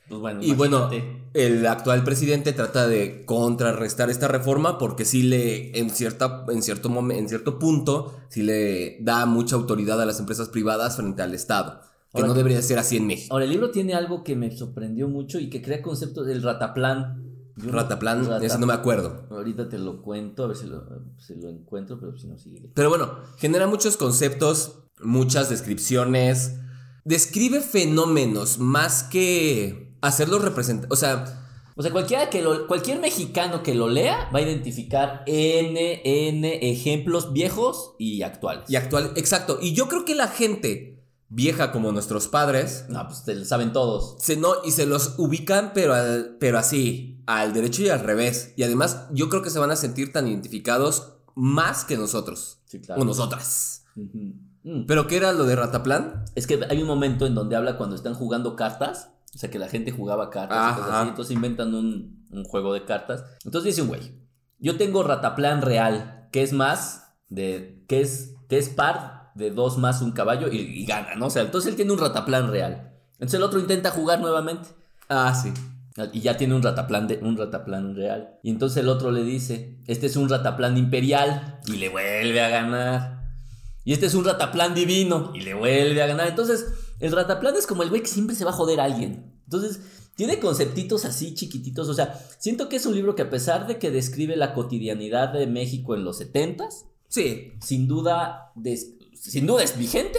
Speaker 2: Pues bueno,
Speaker 1: Y bueno,
Speaker 2: imagínate.
Speaker 1: el actual presidente trata de contrarrestar esta reforma porque sí le, en, cierta, en, cierto momen- en cierto punto, sí le da mucha autoridad a las empresas privadas frente al Estado, que
Speaker 2: Ahora
Speaker 1: no
Speaker 2: que-
Speaker 1: debería ser así en México.
Speaker 2: Ahora, el libro tiene algo que me sorprendió mucho y que crea conceptos del rataplan. Yo no-
Speaker 1: Rataplan,
Speaker 2: rata-
Speaker 1: ese no me acuerdo.
Speaker 2: Ahorita te lo cuento, a ver si lo, si lo encuentro, pero si no, sigue.
Speaker 1: Pero bueno, genera muchos conceptos, muchas descripciones, describe fenómenos más que hacerlos representar, o sea,
Speaker 2: O sea, cualquiera que lo- cualquier mexicano que lo lea va a identificar N, N ejemplos viejos y actuales.
Speaker 1: y actual, exacto. Y yo creo que la gente vieja como nuestros padres,
Speaker 2: No, pues te lo saben todos.
Speaker 1: Se, no, y se los ubican, pero, al- pero así, al derecho y al revés. Y además, yo creo que se van a sentir tan identificados más que nosotros.
Speaker 2: Sí,
Speaker 1: O nosotras.
Speaker 2: Ujú. Mm.
Speaker 1: ¿Pero qué era lo de Rataplan?
Speaker 2: Es que hay un momento en donde habla cuando están jugando cartas. O sea, que la gente jugaba cartas. y cosas
Speaker 1: Ajá.
Speaker 2: así, entonces inventan un, un juego de cartas. Entonces dice un güey, yo tengo rataplan real, que es más de... que es, que es par de dos más un caballo y, y gana, ¿no? O sea, entonces él tiene un rataplan real. Entonces el otro intenta jugar nuevamente.
Speaker 1: Ah, sí.
Speaker 2: Y ya tiene un rataplan, de, un rataplan real. Y entonces el otro le dice, este es un rataplan imperial. Y le vuelve a ganar. Y este es un rataplan divino. Y le vuelve a ganar. Entonces, el rataplan es como el güey que siempre se va a joder a alguien. Entonces, tiene conceptitos así chiquititos. O sea, siento que es un libro que a pesar de que describe la cotidianidad de México en los 70s,
Speaker 1: Sí.
Speaker 2: sin duda, des- sin duda es vigente.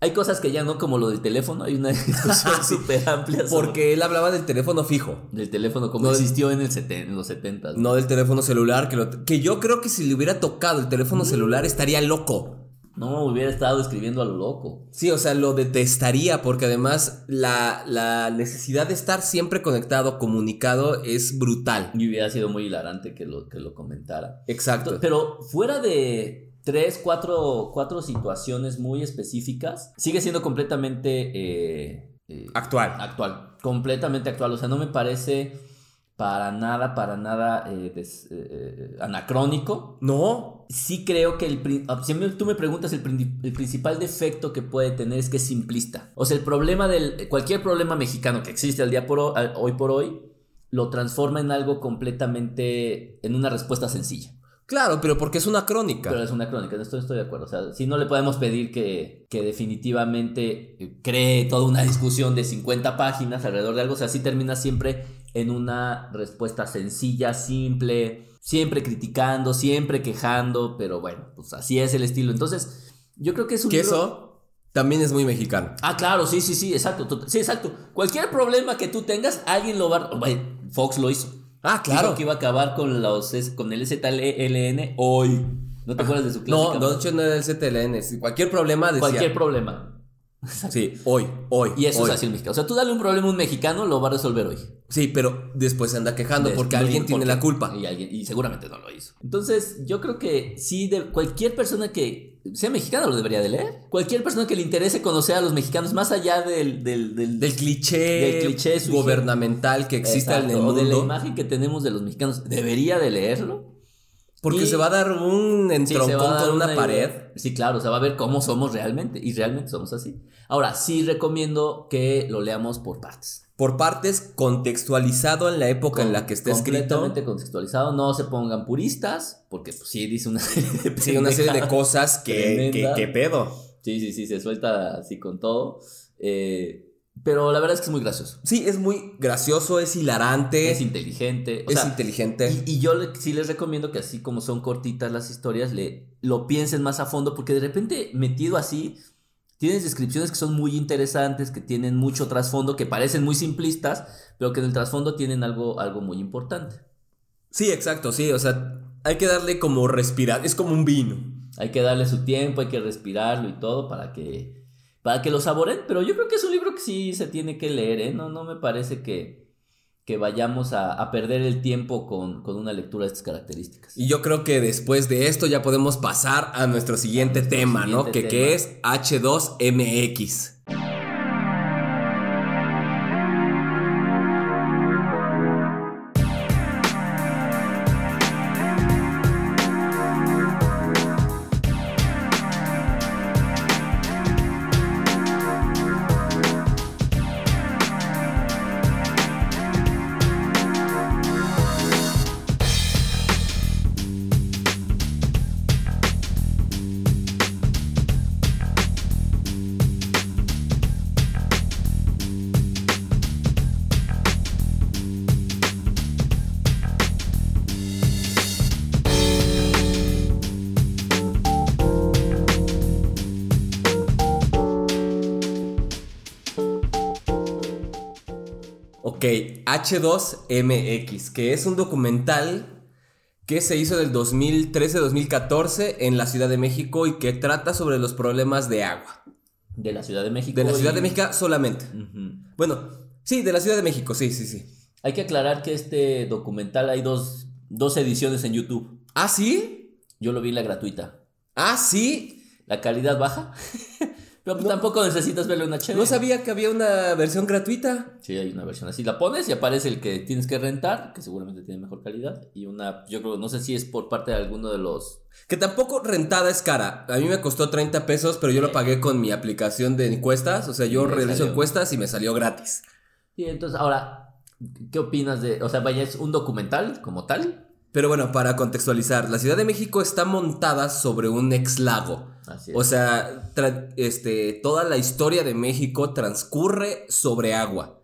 Speaker 2: Hay cosas que ya no, como lo del teléfono, hay una discusión súper amplia. sobre-
Speaker 1: Porque él hablaba del teléfono fijo.
Speaker 2: del teléfono como
Speaker 1: No, del-
Speaker 2: existió en, el seten- en los 70. ¿no?
Speaker 1: No del teléfono celular, que, lo- que yo creo que si le hubiera tocado el teléfono celular estaría loco.
Speaker 2: No, hubiera estado escribiendo a lo loco.
Speaker 1: Sí, o sea, lo detestaría porque además la, la necesidad de estar siempre conectado, comunicado, es brutal.
Speaker 2: Y hubiera sido muy hilarante que lo, que lo comentara.
Speaker 1: Exacto.
Speaker 2: Pero fuera de tres, cuatro, cuatro situaciones muy específicas, sigue siendo completamente eh, eh,
Speaker 1: Actual.
Speaker 2: actual. Completamente actual. O sea, no me parece para nada, para nada eh, des- eh, eh, anacrónico.
Speaker 1: No,
Speaker 2: sí creo que el prin- ah, si me- tú me preguntas el, prin- el principal defecto que puede tener es que es simplista. O sea, el problema del cualquier problema mexicano que existe al día por ho- al- hoy por hoy lo transforma en algo completamente, en una respuesta sencilla.
Speaker 1: Claro, pero porque es una crónica.
Speaker 2: Pero es una crónica, en esto estoy de acuerdo. O sea, si no le podemos pedir que, que definitivamente eh, cree toda una discusión de 50 páginas alrededor de algo, o sea, sí termina siempre en una respuesta sencilla, simple, siempre criticando, siempre quejando, pero bueno, pues así es el estilo. Entonces, yo creo que es un
Speaker 1: que
Speaker 2: libro-
Speaker 1: eso también es muy mexicano.
Speaker 2: Ah, claro, sí, sí, sí, exacto. tot- Sí, exacto. Cualquier problema que tú tengas, alguien lo va a... Vaya, Fox lo hizo.
Speaker 1: Ah,
Speaker 2: Dijo que iba a acabar con, los, es- con el ZLN hoy. ¿No te acuerdas de su clásica?
Speaker 1: No, no, de hecho no era el CTLN. si Cualquier problema decía.
Speaker 2: Cualquier problema.
Speaker 1: Sí, hoy, hoy.
Speaker 2: Y eso
Speaker 1: hoy.
Speaker 2: es así el mexicano. O sea, tú dale un problema a un mexicano, lo va a resolver hoy.
Speaker 1: Sí, pero después se anda quejando
Speaker 2: Des-
Speaker 1: porque
Speaker 2: no,
Speaker 1: alguien tiene
Speaker 2: porque-
Speaker 1: la culpa.
Speaker 2: Y, alguien, y seguramente no lo hizo. Entonces, yo creo que sí, de, cualquier persona que sea mexicana lo debería de leer. Cualquier persona que le interese conocer a los mexicanos, más allá del, del, del-
Speaker 1: Del cliché,
Speaker 2: Del cliché sugi-
Speaker 1: gubernamental que existe en el
Speaker 2: Exacto, o de la
Speaker 1: mundo.
Speaker 2: imagen que tenemos de los mexicanos, debería de leerlo.
Speaker 1: Porque
Speaker 2: Y-
Speaker 1: se va a dar un
Speaker 2: Sí, se va
Speaker 1: entroncón
Speaker 2: a dar
Speaker 1: con una,
Speaker 2: idea.
Speaker 1: pared.
Speaker 2: Sí, claro, o sea, va a ver cómo somos realmente. Y realmente somos así. Ahora, sí recomiendo que lo leamos por partes.
Speaker 1: Por partes, contextualizado en la época en la que está escrito.
Speaker 2: Completamente contextualizado. No se pongan puristas, porque pues, sí dice una serie de
Speaker 1: Sí, una serie de
Speaker 2: pendejadas.
Speaker 1: cosas que, que,
Speaker 2: Tremenda.
Speaker 1: que pedo.
Speaker 2: Sí, sí, sí, se suelta así con todo. Eh, pero la verdad es que es muy gracioso.
Speaker 1: Sí, es muy gracioso, es hilarante, Eh, es,
Speaker 2: Es inteligente. O sea,
Speaker 1: inteligente.
Speaker 2: Y, y yo le- sí les recomiendo que así como son cortitas las historias, le, lo piensen más a fondo, porque de repente metido así, tienes descripciones que son muy interesantes, que tienen mucho trasfondo, que parecen muy simplistas, pero que en el trasfondo tienen algo, algo muy importante.
Speaker 1: Sí, exacto, sí, o sea, hay que darle como respirar, es como un vino.
Speaker 2: Hay que darle su tiempo, hay que respirarlo y todo para que, para que lo saboren, pero yo creo que es un libro que sí se tiene que leer, ¿eh? No, no me parece que, que vayamos a, a perder el tiempo con, con una lectura de estas características.
Speaker 1: Y yo creo que después de esto ya podemos pasar a nuestro siguiente
Speaker 2: nuestro
Speaker 1: tema, ¿no?
Speaker 2: siguiente
Speaker 1: Que, que es
Speaker 2: tema.
Speaker 1: H2MX. Ok, H2MX, que es un documental que se hizo del 2013-2014 en la Ciudad de México y que trata sobre los problemas de agua.
Speaker 2: De la Ciudad de México.
Speaker 1: De la Ciudad
Speaker 2: y-
Speaker 1: de México solamente.
Speaker 2: Ujú.
Speaker 1: Bueno, sí, de la Ciudad de México, sí, sí, sí.
Speaker 2: Hay que aclarar que este documental hay dos, dos ediciones en YouTube.
Speaker 1: ¿Ah, sí?
Speaker 2: Yo lo vi en la gratuita.
Speaker 1: ¿Ah, sí?
Speaker 2: La calidad baja, pero pues tampoco necesitas verlo en HD.
Speaker 1: No sabía que había una versión gratuita.
Speaker 2: Sí, hay una versión así. La pones y aparece el que tienes que rentar, que seguramente tiene mejor calidad. Y una, yo creo, no sé si es por parte de alguno de los...
Speaker 1: Que tampoco rentada es cara. A mí me costó 30 pesos, pero yo lo pagué con mi aplicación de encuestas. O sea, yo
Speaker 2: Me
Speaker 1: realizo
Speaker 2: salió.
Speaker 1: encuestas y me salió gratis.
Speaker 2: Sí, entonces ahora, ¿qué opinas de...? O sea, vaya, es un documental como tal.
Speaker 1: Pero bueno, para contextualizar, la Ciudad de México está montada sobre un ex lago.
Speaker 2: Así
Speaker 1: O sea, tra- este, toda la historia de México transcurre sobre agua.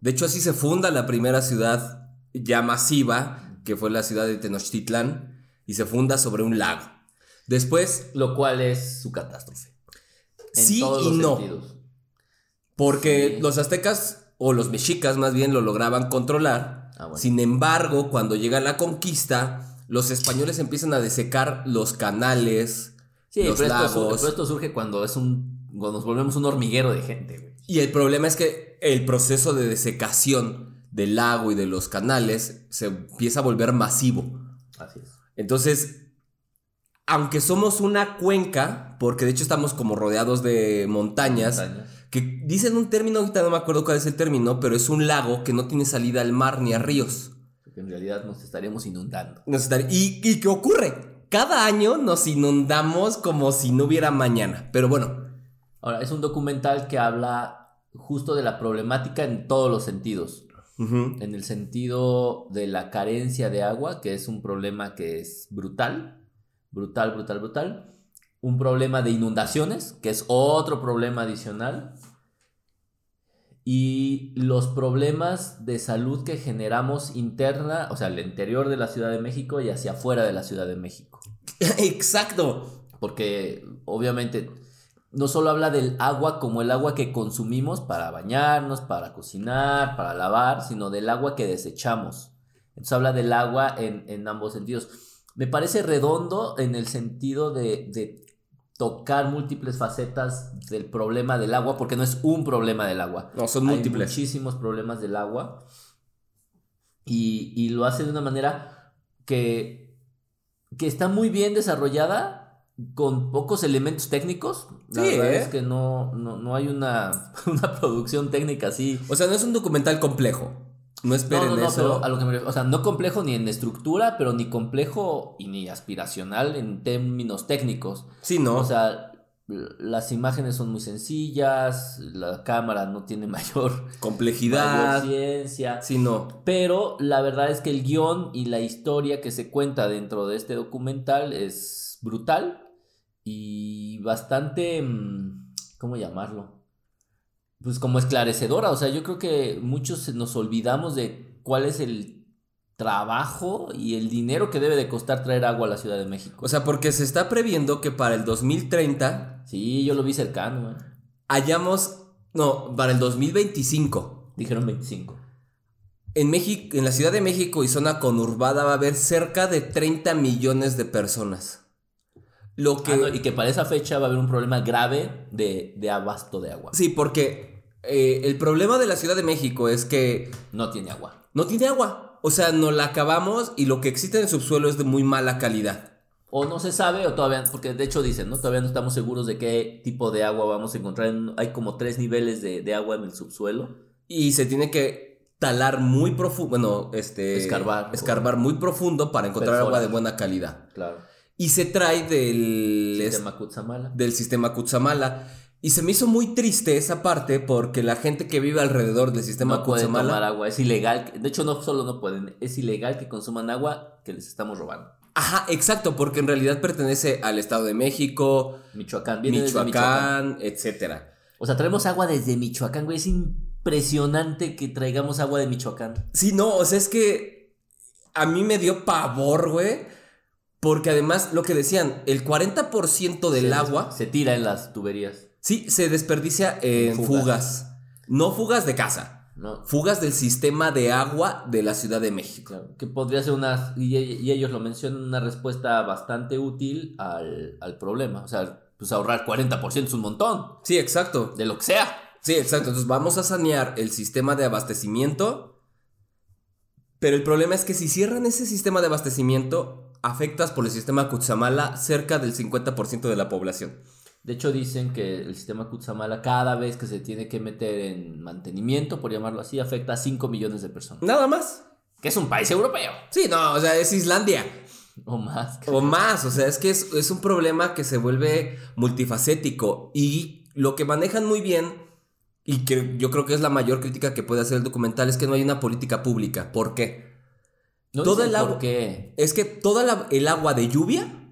Speaker 1: De hecho, así se funda la primera ciudad ya masiva, que fue la ciudad de Tenochtitlán, y se funda sobre un lago. Después,
Speaker 2: lo cual es su catástrofe. En
Speaker 1: Sí
Speaker 2: todos
Speaker 1: y
Speaker 2: los
Speaker 1: no.
Speaker 2: sentidos.
Speaker 1: Porque
Speaker 2: Sí.
Speaker 1: los aztecas o los mexicas más bien lo lograban controlar.
Speaker 2: Ah, bueno.
Speaker 1: Sin embargo, cuando llega la conquista, los españoles empiezan a desecar los canales,
Speaker 2: Sí,
Speaker 1: los
Speaker 2: pero esto, surge,
Speaker 1: lagos.
Speaker 2: pero esto surge cuando es un cuando nos volvemos un hormiguero de gente, güey.
Speaker 1: Y el problema es que el proceso de desecación del lago y de los canales se empieza a volver masivo.
Speaker 2: Así es.
Speaker 1: Entonces, aunque somos una cuenca, porque de hecho estamos como rodeados de montañas, que dicen un término, ahorita no me acuerdo cuál es el término, pero es un lago que no tiene salida al mar ni a ríos.
Speaker 2: Porque en realidad nos estaremos inundando.
Speaker 1: Nos estar- ¿Y, ¿Y qué ocurre? Cada año nos inundamos como si no hubiera mañana. Pero bueno,
Speaker 2: Ahora, es un documental que habla justo de la problemática en todos los sentidos.
Speaker 1: Ujú.
Speaker 2: en el sentido de la carencia de agua, que es un problema que es brutal, brutal, brutal, brutal. Un problema de inundaciones, que es otro problema adicional. Y los problemas de salud que generamos interna, o sea, al interior de la Ciudad de México y hacia afuera de la Ciudad de México.
Speaker 1: Exacto.
Speaker 2: Porque obviamente no solo habla del agua como el agua que consumimos para bañarnos, para cocinar, para lavar, sino del agua que desechamos. Entonces habla del agua en, en ambos sentidos. Me parece redondo en el sentido de, de tocar múltiples facetas del problema del agua, porque no es un problema del agua.
Speaker 1: No, son
Speaker 2: Hay
Speaker 1: múltiples.
Speaker 2: muchísimos problemas del agua. Y, y lo hace de una manera que, que está muy bien desarrollada, con pocos elementos técnicos. La
Speaker 1: Sí,
Speaker 2: verdad
Speaker 1: ¿eh?
Speaker 2: es que no, no, no hay una, una producción técnica así.
Speaker 1: O sea, no es un documental complejo. No
Speaker 2: No,
Speaker 1: esperen
Speaker 2: no, no,
Speaker 1: eso.
Speaker 2: pero a lo que me refiero, o sea, no complejo ni en estructura, pero ni complejo y ni aspiracional en términos técnicos.
Speaker 1: Sí, no.
Speaker 2: O sea, l- las imágenes son muy sencillas, la cámara no tiene mayor, mayor
Speaker 1: complejidad.
Speaker 2: ciencia.
Speaker 1: Sí, no.
Speaker 2: Pero la verdad es que el guión y la historia que se cuenta dentro de este documental es brutal y bastante, mm, ¿cómo llamarlo? Pues como esclarecedora, o sea, yo creo que muchos nos olvidamos de cuál es el trabajo y el dinero que debe de costar traer agua a la Ciudad de México.
Speaker 1: O sea, porque se está previendo que para el 2030
Speaker 2: Sí, yo lo vi cercano, eh.
Speaker 1: hayamos. No, para el 2025.
Speaker 2: dijeron 25.
Speaker 1: En, México, en la Ciudad de México y zona conurbada va a haber cerca de 30 millones de personas. Lo que.
Speaker 2: Ah, no, y que para esa fecha va a haber un problema grave de, de abasto de agua.
Speaker 1: Sí, porque eh, el problema de la Ciudad de México es que
Speaker 2: No tiene agua.
Speaker 1: no tiene agua. O sea, nos la acabamos y lo que existe en el subsuelo es de muy mala calidad.
Speaker 2: O no se sabe, o todavía, porque de hecho dicen, ¿no? Todavía no estamos seguros de qué tipo de agua vamos a encontrar. En- hay como tres niveles de, de agua en el subsuelo.
Speaker 1: Y se tiene que talar muy profundo, bueno, este...
Speaker 2: Escarbar.
Speaker 1: Escarbar muy profundo para encontrar
Speaker 2: Perforar.
Speaker 1: agua de buena calidad.
Speaker 2: Claro.
Speaker 1: Y se trae del
Speaker 2: El
Speaker 1: es-
Speaker 2: sistema Cutzamala.
Speaker 1: del sistema Kutsamala. Y se me hizo muy triste esa parte porque la gente que vive alrededor del sistema
Speaker 2: No pueden
Speaker 1: Kutsamala...
Speaker 2: tomar agua, es ilegal. que- De hecho, no solo no pueden, es ilegal que consuman agua que les estamos robando.
Speaker 1: Ajá, exacto, porque en realidad pertenece al Estado de México,
Speaker 2: Michoacán, viene desde Michoacán.
Speaker 1: Michoacán, etcétera.
Speaker 2: O sea, traemos agua desde Michoacán, güey. Es impresionante que traigamos agua de Michoacán.
Speaker 1: Sí, no, o sea, es que a mí me dio pavor, güey. Porque además, lo que decían, el 40% del
Speaker 2: Se-
Speaker 1: agua,
Speaker 2: Se tira en las tuberías.
Speaker 1: sí, se desperdicia en
Speaker 2: Fugas.
Speaker 1: fugas. No fugas de casa,
Speaker 2: No,
Speaker 1: fugas del sistema de agua de la Ciudad de México.
Speaker 2: Claro, que podría ser una, y, y ellos lo mencionan, una respuesta bastante útil al, al problema. O sea, pues ahorrar 40% es un montón,
Speaker 1: Sí, exacto.
Speaker 2: de lo que sea.
Speaker 1: Sí, exacto. Entonces vamos a sanear el sistema de abastecimiento. Pero el problema es que si cierran ese sistema de abastecimiento, afectas por el sistema Kutsamala cerca del 50% de la población.
Speaker 2: De hecho, dicen que el sistema Kutsamala, cada vez que se tiene que meter en mantenimiento, por llamarlo así, afecta a 5 millones de personas.
Speaker 1: Nada más.
Speaker 2: Que es un país europeo,
Speaker 1: Sí, no, o sea, es Islandia.
Speaker 2: o más.
Speaker 1: O más, o sea, es que es, es un problema que se vuelve multifacético. Y lo que manejan muy bien, y que yo creo que es la mayor crítica que puede hacer el documental, es que no hay una política pública. ¿Por qué?
Speaker 2: No
Speaker 1: todo
Speaker 2: dicen
Speaker 1: el
Speaker 2: por
Speaker 1: agua-
Speaker 2: qué.
Speaker 1: Es que toda la- el agua de lluvia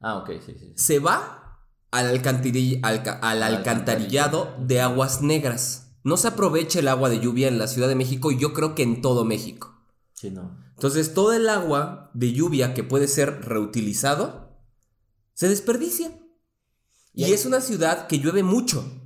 Speaker 2: Ah, ok, sí, sí. sí.
Speaker 1: se va al, alcantiri- alca- al alcantarillado de aguas negras. No se aprovecha el agua de lluvia en la Ciudad de México y yo creo que en todo México.
Speaker 2: Sí, no.
Speaker 1: Entonces, todo el agua de lluvia que puede ser reutilizado se desperdicia.
Speaker 2: Y
Speaker 1: Y,
Speaker 2: hay-
Speaker 1: es una ciudad que llueve mucho.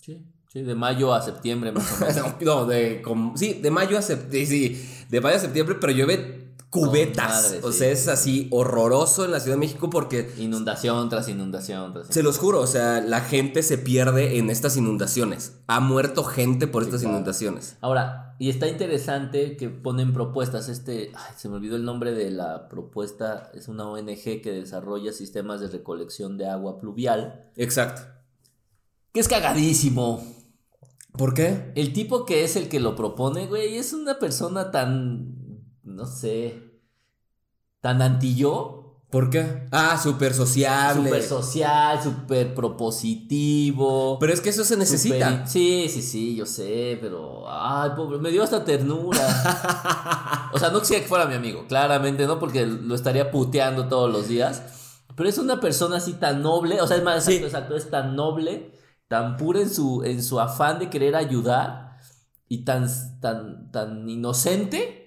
Speaker 2: Sí, sí, de mayo a septiembre más o menos.
Speaker 1: No, de como- sí, de mayo a septiembre, de mayo a septiembre, pero llueve cubetas.
Speaker 2: madre,
Speaker 1: o
Speaker 2: sí.
Speaker 1: sea, es así horroroso en la Ciudad de México porque
Speaker 2: Inundación tras inundación tras
Speaker 1: Se los juro, o sea, la gente se pierde en estas inundaciones. Ha muerto gente por
Speaker 2: Sí,
Speaker 1: estas
Speaker 2: claro.
Speaker 1: inundaciones.
Speaker 2: Ahora, y está interesante que ponen propuestas. Este, ay, se me olvidó el nombre de la propuesta. Es una ONG que desarrolla sistemas de recolección de agua pluvial.
Speaker 1: Exacto.
Speaker 2: Que es cagadísimo.
Speaker 1: ¿Por qué?
Speaker 2: El tipo que es el que lo propone, güey, es una persona tan. No sé. Tan anti yo.
Speaker 1: ¿Por qué? Ah, súper sociable.
Speaker 2: Súper social, súper propositivo.
Speaker 1: Pero es que eso se necesita.
Speaker 2: Súper- Sí, sí, sí, yo sé, pero. Ay, pobre, me dio hasta ternura. o sea, no quisiera que fuera mi amigo, claramente, ¿no? Porque lo estaría puteando todos los días. Pero es una persona así tan noble, o sea, es más, exacto, exacto, es tan noble, tan pura en su, en su afán de querer ayudar y tan, tan, tan inocente.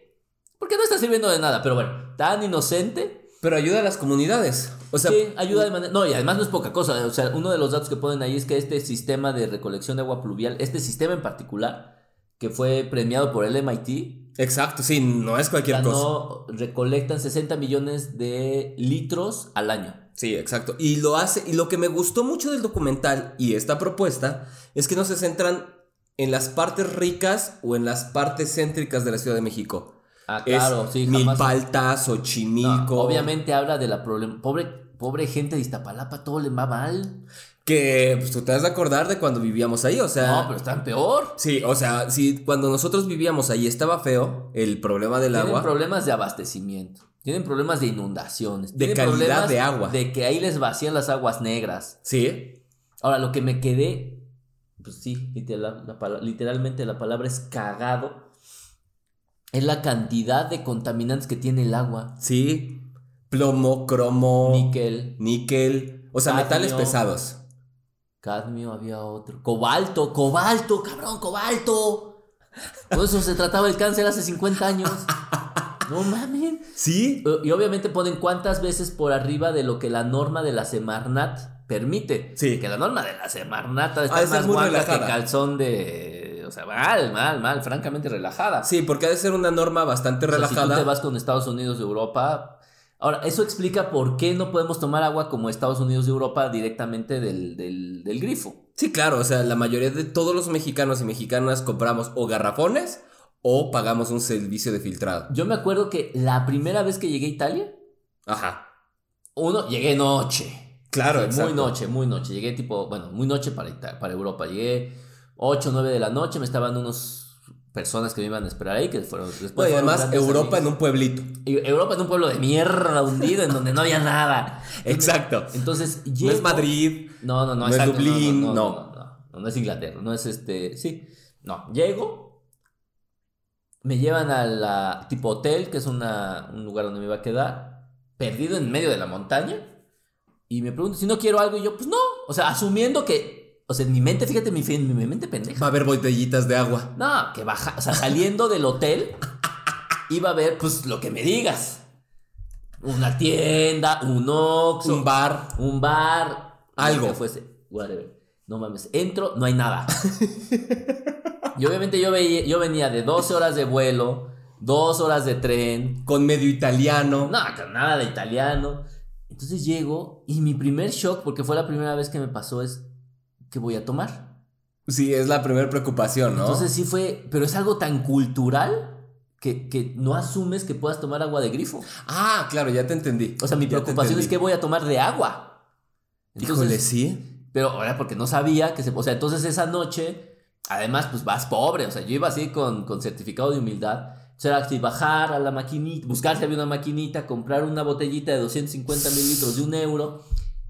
Speaker 2: Porque no está sirviendo de nada, pero bueno, tan inocente.
Speaker 1: Pero ayuda a las comunidades. O sea,
Speaker 2: sí, ayuda de manera. No, y además no es poca cosa. O sea, uno de los datos que ponen ahí es que este sistema de recolección de agua pluvial, este sistema en particular, que fue premiado por el MIT,
Speaker 1: exacto, sí, no es cualquier cosa.
Speaker 2: ganó, recolectan 60 millones de litros al año.
Speaker 1: Sí, exacto. Y lo hace, y lo que me gustó mucho del documental y esta propuesta es que no se centran en las partes ricas o en las partes céntricas de la Ciudad de México.
Speaker 2: Ah, claro,
Speaker 1: es
Speaker 2: sí, jamás.
Speaker 1: Milpaltas, Xochimilco.
Speaker 2: No, obviamente habla de la problema. Pobre, pobre gente de Iztapalapa, todo le va mal.
Speaker 1: Que pues, tú te has de acordar de cuando vivíamos ahí, o sea.
Speaker 2: No, pero están peor.
Speaker 1: Sí, o sea, sí, cuando nosotros vivíamos ahí estaba feo el problema del
Speaker 2: Tienen
Speaker 1: agua.
Speaker 2: problemas de abastecimiento. Tienen problemas de inundaciones.
Speaker 1: De
Speaker 2: tienen
Speaker 1: calidad
Speaker 2: problemas
Speaker 1: de agua.
Speaker 2: De que ahí les vacían las aguas negras.
Speaker 1: sí,
Speaker 2: Ahora, lo que me quedé, pues sí, literal- la pala- literalmente la palabra es cagado. Es la cantidad de contaminantes que tiene el agua.
Speaker 1: sí. Plomo, cromo, níquel.
Speaker 2: Níquel,
Speaker 1: O sea,
Speaker 2: Cadmio.
Speaker 1: metales pesados.
Speaker 2: cadmio, había otro. Cobalto, cobalto, cabrón, cobalto. Por eso se trataba el cáncer hace 50 años. No mames.
Speaker 1: Sí,
Speaker 2: Eh, Y obviamente ponen cuántas veces por arriba de lo que la norma de la Semarnat permite.
Speaker 1: Sí.
Speaker 2: Que la norma de la Semarnat está
Speaker 1: de ser
Speaker 2: más
Speaker 1: muy
Speaker 2: guanga que
Speaker 1: relajada.
Speaker 2: calzón de. O sea, mal, mal, mal, francamente relajada.
Speaker 1: sí, porque ha de ser una norma bastante
Speaker 2: O sea, si tú
Speaker 1: relajada.
Speaker 2: te vas con Estados Unidos de Europa. Ahora, eso explica por qué no podemos tomar agua como Estados Unidos de Europa directamente del, del, del grifo.
Speaker 1: Sí, claro, o sea, la mayoría de todos los mexicanos y mexicanas compramos o garrafones o pagamos un servicio de filtrado.
Speaker 2: Yo me acuerdo que la primera vez que llegué a Italia,
Speaker 1: Ajá.
Speaker 2: uno, llegué noche.
Speaker 1: Claro,
Speaker 2: Sí,
Speaker 1: exacto.
Speaker 2: muy noche, muy noche. Llegué tipo, bueno, muy noche para, Ita- para Europa. Llegué 8, 9 de la noche. Me estaban unos personas que me iban a esperar ahí, que fueron después.
Speaker 1: No, y
Speaker 2: fueron
Speaker 1: además,
Speaker 2: grandes
Speaker 1: Europa en
Speaker 2: amigos.
Speaker 1: un pueblito.
Speaker 2: Y Europa en un pueblo de mierda hundido en donde no había nada.
Speaker 1: Exacto.
Speaker 2: Entonces,
Speaker 1: No
Speaker 2: llego-
Speaker 1: es Madrid.
Speaker 2: No, no, no,
Speaker 1: no es
Speaker 2: exacto,
Speaker 1: Dublín,
Speaker 2: No no no,
Speaker 1: no.
Speaker 2: no, no, no, no es Inglaterra. No es este. Sí. No, llego. Me llevan a la tipo hotel, que es una, un lugar donde me iba a quedar, perdido en medio de la montaña. Y me preguntan si no quiero algo. Y yo, pues no. O sea, asumiendo que. O sea, en mi mente, fíjate, mi, fe- mi mente pendeja.
Speaker 1: Va a haber botellitas de agua.
Speaker 2: No, que baja. O sea, saliendo del hotel, iba a ver, pues lo que me digas. Una tienda, un Oxxo,
Speaker 1: Un bar.
Speaker 2: un bar,
Speaker 1: Algo.
Speaker 2: lo que fuese, whatever. No mames, entro, no hay nada. y obviamente yo, veía, yo venía de 12 horas de vuelo, 2 horas de tren,
Speaker 1: Con medio italiano.
Speaker 2: no, con nada de italiano. Entonces llego y mi primer shock, porque fue la primera vez que me pasó, es ¿qué voy a tomar?
Speaker 1: Sí, es la primera preocupación, ¿no?
Speaker 2: Entonces sí fue, pero es algo tan cultural que, que no asumes que puedas tomar agua de grifo.
Speaker 1: ah, claro, ya te entendí.
Speaker 2: O sea, mi
Speaker 1: Ya te
Speaker 2: preocupación es
Speaker 1: entendí.
Speaker 2: qué voy a tomar de agua. Entonces,
Speaker 1: Híjole, sí.
Speaker 2: Pero ahora porque no sabía que se... O sea, entonces esa noche, además, pues vas pobre. O sea, yo iba así con, con certificado de humildad. O sea, era así, bajar a la maquinita, buscar si había una maquinita, comprar una botellita de 250 mililitros de un euro.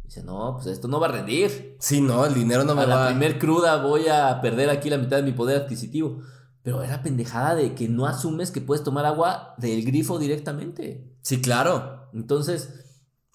Speaker 2: Dice, no, pues esto no va a rendir.
Speaker 1: Sí, no, el dinero no me
Speaker 2: a la
Speaker 1: va.
Speaker 2: primer cruda voy a perder aquí la mitad de mi poder adquisitivo. Pero era pendejada de que no asumes que puedes tomar agua del grifo directamente.
Speaker 1: Sí, claro.
Speaker 2: Entonces,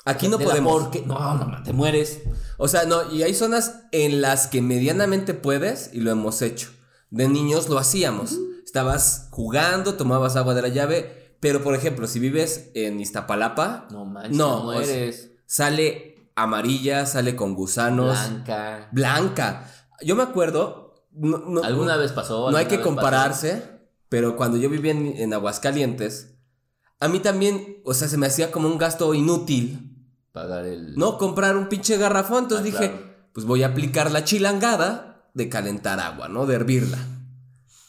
Speaker 1: Aquí no
Speaker 2: de la
Speaker 1: podemos.
Speaker 2: porque- No, no, no, te mueres.
Speaker 1: O sea, no, y hay zonas en las que medianamente puedes y lo hemos hecho. De niños lo hacíamos. Estabas jugando, tomabas agua de la llave, pero por ejemplo, si vives en Iztapalapa,
Speaker 2: No manches,
Speaker 1: No,
Speaker 2: te
Speaker 1: o sea,
Speaker 2: mueres.
Speaker 1: sale amarilla, sale con gusanos,
Speaker 2: Blanca.
Speaker 1: blanca. Yo me acuerdo, no, no-
Speaker 2: Alguna vez pasó.
Speaker 1: no hay
Speaker 2: alguna
Speaker 1: que
Speaker 2: vez
Speaker 1: compararse, pero cuando yo vivía en, en Aguascalientes, a mí también, o sea, se me hacía como un gasto inútil,
Speaker 2: pasó. Pagar el.
Speaker 1: ¿no? Comprar un pinche garrafón,
Speaker 2: Ah,
Speaker 1: entonces dije,
Speaker 2: claro.
Speaker 1: pues voy a aplicar la chilangada de calentar agua, ¿no? De hervirla.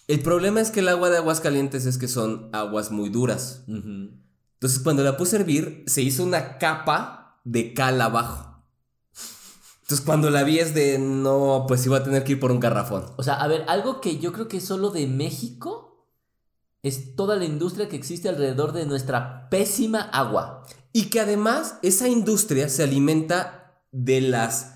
Speaker 1: El problema es que el agua de Aguascalientes es que son aguas muy duras.
Speaker 2: Ujú.
Speaker 1: Entonces cuando la puse a hervir, se hizo una capa de cal abajo. Entonces cuando la vi es de, no, pues iba a tener que ir por un garrafón.
Speaker 2: O sea, a ver, algo que yo creo que es solo de México es toda la industria que existe alrededor de nuestra pésima agua.
Speaker 1: Y que además esa industria se alimenta de las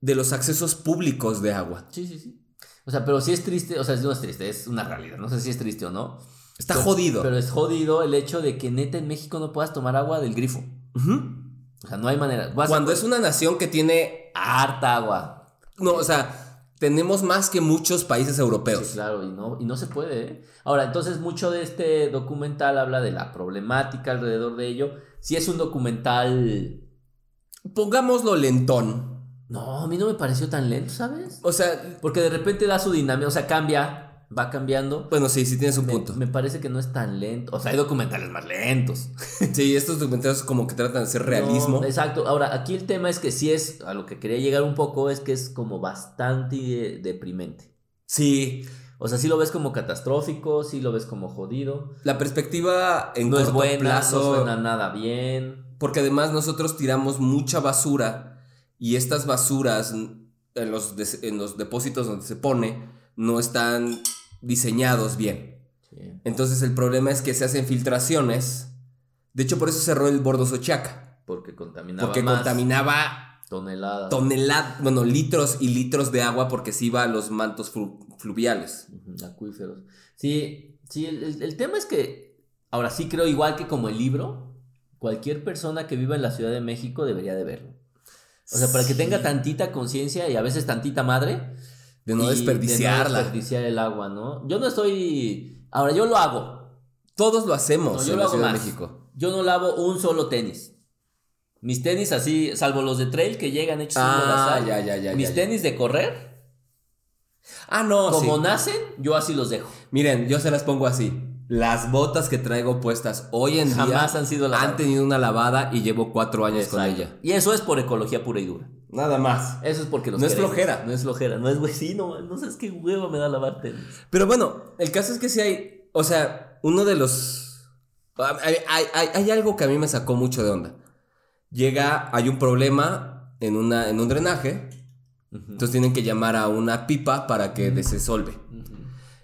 Speaker 1: de los accesos públicos de agua.
Speaker 2: Sí, sí, sí. O sea, pero sí es triste, o sea, no es triste, es una realidad. No sé si es triste o no.
Speaker 1: Está
Speaker 2: Pero-
Speaker 1: jodido.
Speaker 2: Pero es jodido el hecho de que neta en México no puedas tomar agua del grifo.
Speaker 1: Ujú.
Speaker 2: O sea, no hay manera. Vas a-
Speaker 1: Cuando es una nación que tiene,
Speaker 2: harta agua.
Speaker 1: no, o sea, tenemos más que muchos países
Speaker 2: Sí,
Speaker 1: europeos.
Speaker 2: claro, y no, y no se puede. ¿eh? Ahora, entonces mucho de este documental habla de la problemática alrededor de ello. Si es un documental...
Speaker 1: Pongámoslo lentón.
Speaker 2: No, a mí no me pareció tan lento, ¿sabes?
Speaker 1: O sea,
Speaker 2: Porque de repente da su dinámica, o sea, cambia, va cambiando.
Speaker 1: bueno, sí, sí tienes un
Speaker 2: Me,
Speaker 1: punto.
Speaker 2: me parece que no es tan lento. O sea, hay documentales más lentos.
Speaker 1: Sí, estos documentales como que tratan de ser realismo.
Speaker 2: No, exacto. Ahora, aquí el tema es que sí es, a lo que quería llegar un poco, es que es como bastante eh, deprimente.
Speaker 1: Sí,
Speaker 2: O sea, sí lo ves como catastrófico, sí lo ves como jodido.
Speaker 1: la perspectiva en
Speaker 2: No es
Speaker 1: corto
Speaker 2: buena, no
Speaker 1: plazo,
Speaker 2: suena nada bien.
Speaker 1: porque además nosotros tiramos mucha basura y estas basuras en los, des- en los depósitos donde se pone no están diseñados bien.
Speaker 2: Sí.
Speaker 1: Entonces el problema es que se hacen filtraciones. De hecho, por eso cerró el Bordo Sochaca.
Speaker 2: Porque contaminaba
Speaker 1: Porque
Speaker 2: más
Speaker 1: contaminaba
Speaker 2: toneladas.
Speaker 1: toneladas, bueno, litros y litros de agua porque se iba a los mantos flu- fluviales.
Speaker 2: Ujú, Acuíferos. Sí, sí, el, el- el tema es que, ahora sí creo, igual que como el libro, cualquier persona que viva en la Ciudad de México debería de verlo. O sea, para que
Speaker 1: Sí.
Speaker 2: tenga tantita conciencia y a veces tantita madre,
Speaker 1: De no
Speaker 2: y
Speaker 1: desperdiciarla.
Speaker 2: desperdiciar el agua, ¿no? Yo no estoy. Ahora, yo lo hago.
Speaker 1: Todos lo hacemos
Speaker 2: No,
Speaker 1: en
Speaker 2: yo lo
Speaker 1: la
Speaker 2: hago
Speaker 1: Ciudad de
Speaker 2: más.
Speaker 1: México.
Speaker 2: Yo no lavo un solo tenis. Mis tenis así, salvo los de trail que llegan hechos un
Speaker 1: Ah,
Speaker 2: lodazal.
Speaker 1: ya, ya, ya.
Speaker 2: Mis
Speaker 1: ya, ya.
Speaker 2: tenis de correr,
Speaker 1: Ah, no,
Speaker 2: como
Speaker 1: sí.
Speaker 2: nacen, yo así los dejo.
Speaker 1: Miren, yo se las pongo así. Las botas que traigo puestas hoy en
Speaker 2: Jamás
Speaker 1: día
Speaker 2: han sido lavadas.
Speaker 1: han tenido una lavada y llevo cuatro años con
Speaker 2: Exacto.
Speaker 1: ella.
Speaker 2: Y eso es por ecología pura y dura.
Speaker 1: Nada más.
Speaker 2: Eso es porque los
Speaker 1: No es
Speaker 2: queremos.
Speaker 1: flojera.
Speaker 2: No es flojera, no es güey, sí, no, no sabes qué hueva me da lavar tenis.
Speaker 1: Pero bueno, el caso es que sí hay, o sea, uno de los... ah, Hay, hay- hay- hay algo que a mí me sacó mucho de onda. Llega, hay un problema en, una, en un drenaje, entonces tienen que llamar a una pipa para que desensolve.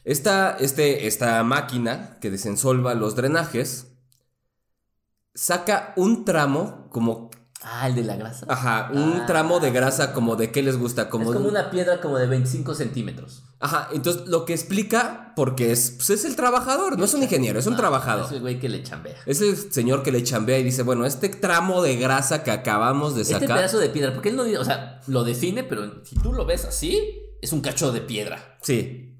Speaker 1: Esta, este, esta máquina que desensolva los drenajes saca un tramo como...
Speaker 2: Ah, el de la grasa.
Speaker 1: Ajá, un
Speaker 2: Ah.
Speaker 1: tramo de grasa como de qué les gusta, como...
Speaker 2: es como una piedra como de 25 centímetros.
Speaker 1: Ajá, entonces lo que explica, porque es, pues, es el trabajador, no es un ingeniero, es un
Speaker 2: Ah,
Speaker 1: trabajador.
Speaker 2: Es el güey que le chambea.
Speaker 1: Es el señor que le chambea y dice, bueno, este tramo de grasa que acabamos de
Speaker 2: Este
Speaker 1: sacar.
Speaker 2: pedazo de piedra, porque él no, di- o sea, lo define, pero si tú lo ves así, es un cacho de piedra.
Speaker 1: Sí.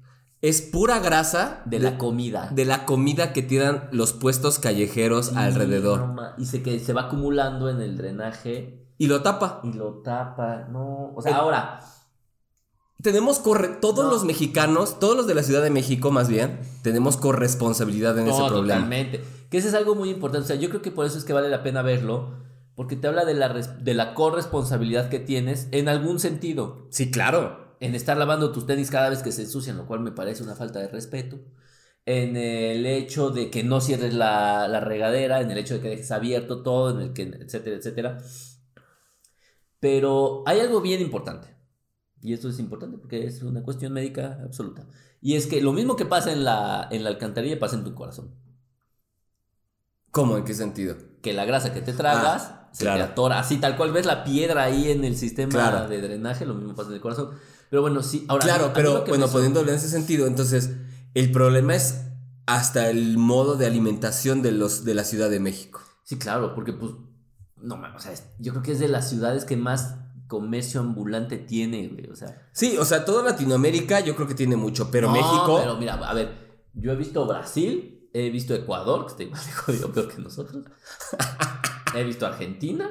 Speaker 1: Es pura grasa
Speaker 2: De la comida.
Speaker 1: de la comida que tiran los puestos callejeros
Speaker 2: Y no
Speaker 1: alrededor.
Speaker 2: ma- Y se, que se va acumulando en el drenaje
Speaker 1: Y lo tapa.
Speaker 2: y lo tapa. No, o sea,
Speaker 1: Eh,
Speaker 2: ahora,
Speaker 1: Tenemos corre todos
Speaker 2: No.
Speaker 1: los mexicanos, todos los de la Ciudad de México más bien, tenemos corresponsabilidad en
Speaker 2: No,
Speaker 1: ese problema.
Speaker 2: Oh, Totalmente. Que ese es algo muy importante. O sea, yo creo que por eso es que vale la pena verlo. Porque te habla de la, res- de la corresponsabilidad que tienes en algún sentido.
Speaker 1: Sí, claro.
Speaker 2: En estar lavando tus tenis cada vez que se ensucian, lo cual me parece una falta de respeto. En el hecho de que no cierres la, la regadera, en el hecho de que dejes abierto todo, en el que, etcétera, etcétera. Pero hay algo bien importante. Y esto es importante porque es una cuestión médica absoluta. Y es que lo mismo que pasa en la, en la alcantarilla pasa en tu corazón
Speaker 1: ¿Cómo? ¿En qué sentido?
Speaker 2: que la grasa que te tragas
Speaker 1: Ah,
Speaker 2: se
Speaker 1: claro.
Speaker 2: te atora. Así tal cual ves la piedra ahí en el sistema
Speaker 1: Claro.
Speaker 2: de drenaje, lo mismo pasa en el corazón. Pero bueno, sí, ahora. a
Speaker 1: claro,
Speaker 2: mí lo
Speaker 1: pero
Speaker 2: que
Speaker 1: bueno,
Speaker 2: me
Speaker 1: poniéndolo en ese sentido, entonces, el problema es hasta el modo de alimentación de los de la Ciudad de México.
Speaker 2: sor- Sí, claro, porque pues. No mames, o sea, es- yo creo que es de las ciudades que más comercio ambulante tiene, güey. O sea.
Speaker 1: Sí, o sea, toda Latinoamérica yo creo que tiene mucho, pero
Speaker 2: No,
Speaker 1: México.
Speaker 2: Pero mira, a ver, yo he visto Brasil, he visto Ecuador, que está igual de jodido peor que nosotros. he visto Argentina.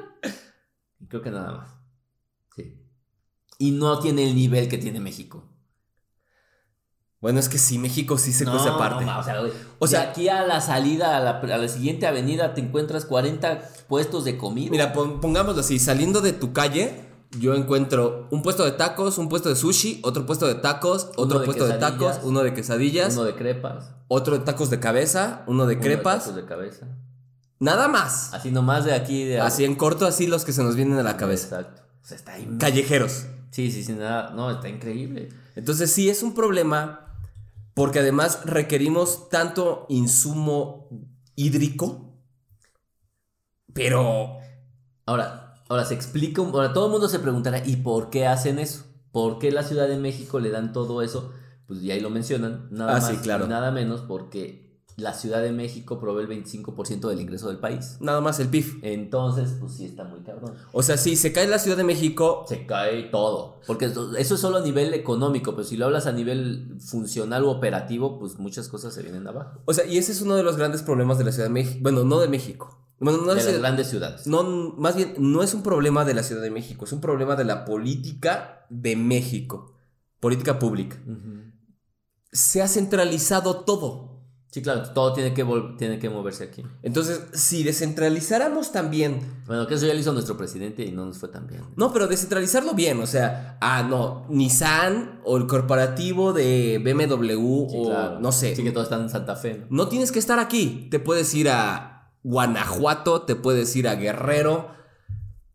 Speaker 2: Y creo que nada más. Sí. Y no tiene el nivel que tiene México.
Speaker 1: Bueno, es que sí, México sí se
Speaker 2: no,
Speaker 1: cuece aparte.
Speaker 2: no, ma, o sea, güey,
Speaker 1: O
Speaker 2: de
Speaker 1: sea-
Speaker 2: aquí a la salida, a la, a la siguiente avenida, te encuentras 40 puestos de comida.
Speaker 1: Mira, pon- pongámoslo así, saliendo de tu calle, yo encuentro un puesto de tacos, un puesto de sushi, otro puesto de tacos, otro
Speaker 2: de
Speaker 1: puesto de tacos,
Speaker 2: quesadillas.
Speaker 1: uno de quesadillas,
Speaker 2: uno de crepas,
Speaker 1: otro de tacos de cabeza, uno de
Speaker 2: uno
Speaker 1: crepas,
Speaker 2: tacos de cabeza.
Speaker 1: nada más.
Speaker 2: Así nomás de aquí. De
Speaker 1: Así en corto, así los que se nos vienen a la cabeza.
Speaker 2: Exacto. O sea, está ahí.
Speaker 1: Callejeros.
Speaker 2: Sí, sí, sí, nada. No, está increíble.
Speaker 1: Entonces sí es un problema porque además requerimos tanto insumo hídrico, pero
Speaker 2: Ahora, ahora se explica, un- ahora todo el mundo se preguntará, ¿y por qué hacen eso? ¿Por qué la Ciudad de México le dan todo eso? Pues ya ahí lo mencionan, nada
Speaker 1: Ah,
Speaker 2: más
Speaker 1: sí, claro.
Speaker 2: y nada menos porque la Ciudad de México provee el 25% del ingreso del país.
Speaker 1: nada más el PIB.
Speaker 2: Entonces, pues sí está muy cabrón.
Speaker 1: O sea, si se cae la Ciudad de México,
Speaker 2: Se cae todo, porque eso eso es solo a nivel económico, pero si lo hablas a nivel funcional o operativo, pues muchas cosas se vienen abajo.
Speaker 1: o sea, y ese es uno de los grandes problemas de la Ciudad de México, bueno, no de México. Bueno, no
Speaker 2: de
Speaker 1: es
Speaker 2: las
Speaker 1: el-
Speaker 2: grandes ciudades.
Speaker 1: no, más bien, no es un problema de la Ciudad de México, es un problema de la política de México, política pública.
Speaker 2: Ujú.
Speaker 1: Se ha centralizado todo.
Speaker 2: Sí, claro, todo tiene que, vol- tiene que moverse aquí.
Speaker 1: Entonces, si descentralizáramos también
Speaker 2: Bueno, que eso ya lo hizo nuestro presidente y no nos fue tan bien.
Speaker 1: No, pero descentralizarlo bien, o sea, ah, no, Nissan o el corporativo de BMW
Speaker 2: Sí,
Speaker 1: o
Speaker 2: claro.
Speaker 1: no sé.
Speaker 2: Sí, que todos están en Santa Fe. ¿no?
Speaker 1: No tienes que estar aquí, te puedes ir a Guanajuato, te puedes ir a Guerrero,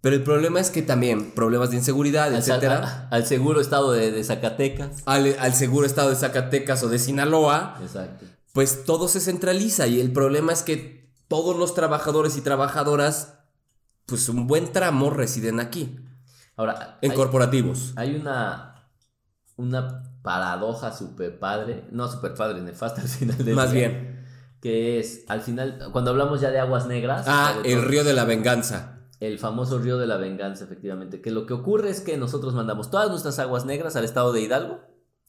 Speaker 1: pero el problema es que también problemas de inseguridad,
Speaker 2: Al, ah.
Speaker 1: etcétera.
Speaker 2: a- al seguro estado de, de Zacatecas.
Speaker 1: Al, al seguro estado de Zacatecas o de Sinaloa,
Speaker 2: Exacto.
Speaker 1: pues todo se centraliza y el problema es que todos los trabajadores y trabajadoras, pues un buen tramo residen aquí,
Speaker 2: Ahora,
Speaker 1: en
Speaker 2: hay,
Speaker 1: corporativos.
Speaker 2: hay una, una paradoja super padre, no super padre, nefasta al final del
Speaker 1: Más
Speaker 2: día,
Speaker 1: bien.
Speaker 2: Que es, al final, cuando hablamos ya de aguas negras.
Speaker 1: Ah,
Speaker 2: sobre
Speaker 1: el
Speaker 2: todo,
Speaker 1: río de la venganza.
Speaker 2: El famoso río de la venganza, efectivamente. Que lo que ocurre es que nosotros mandamos todas nuestras aguas negras al estado de Hidalgo.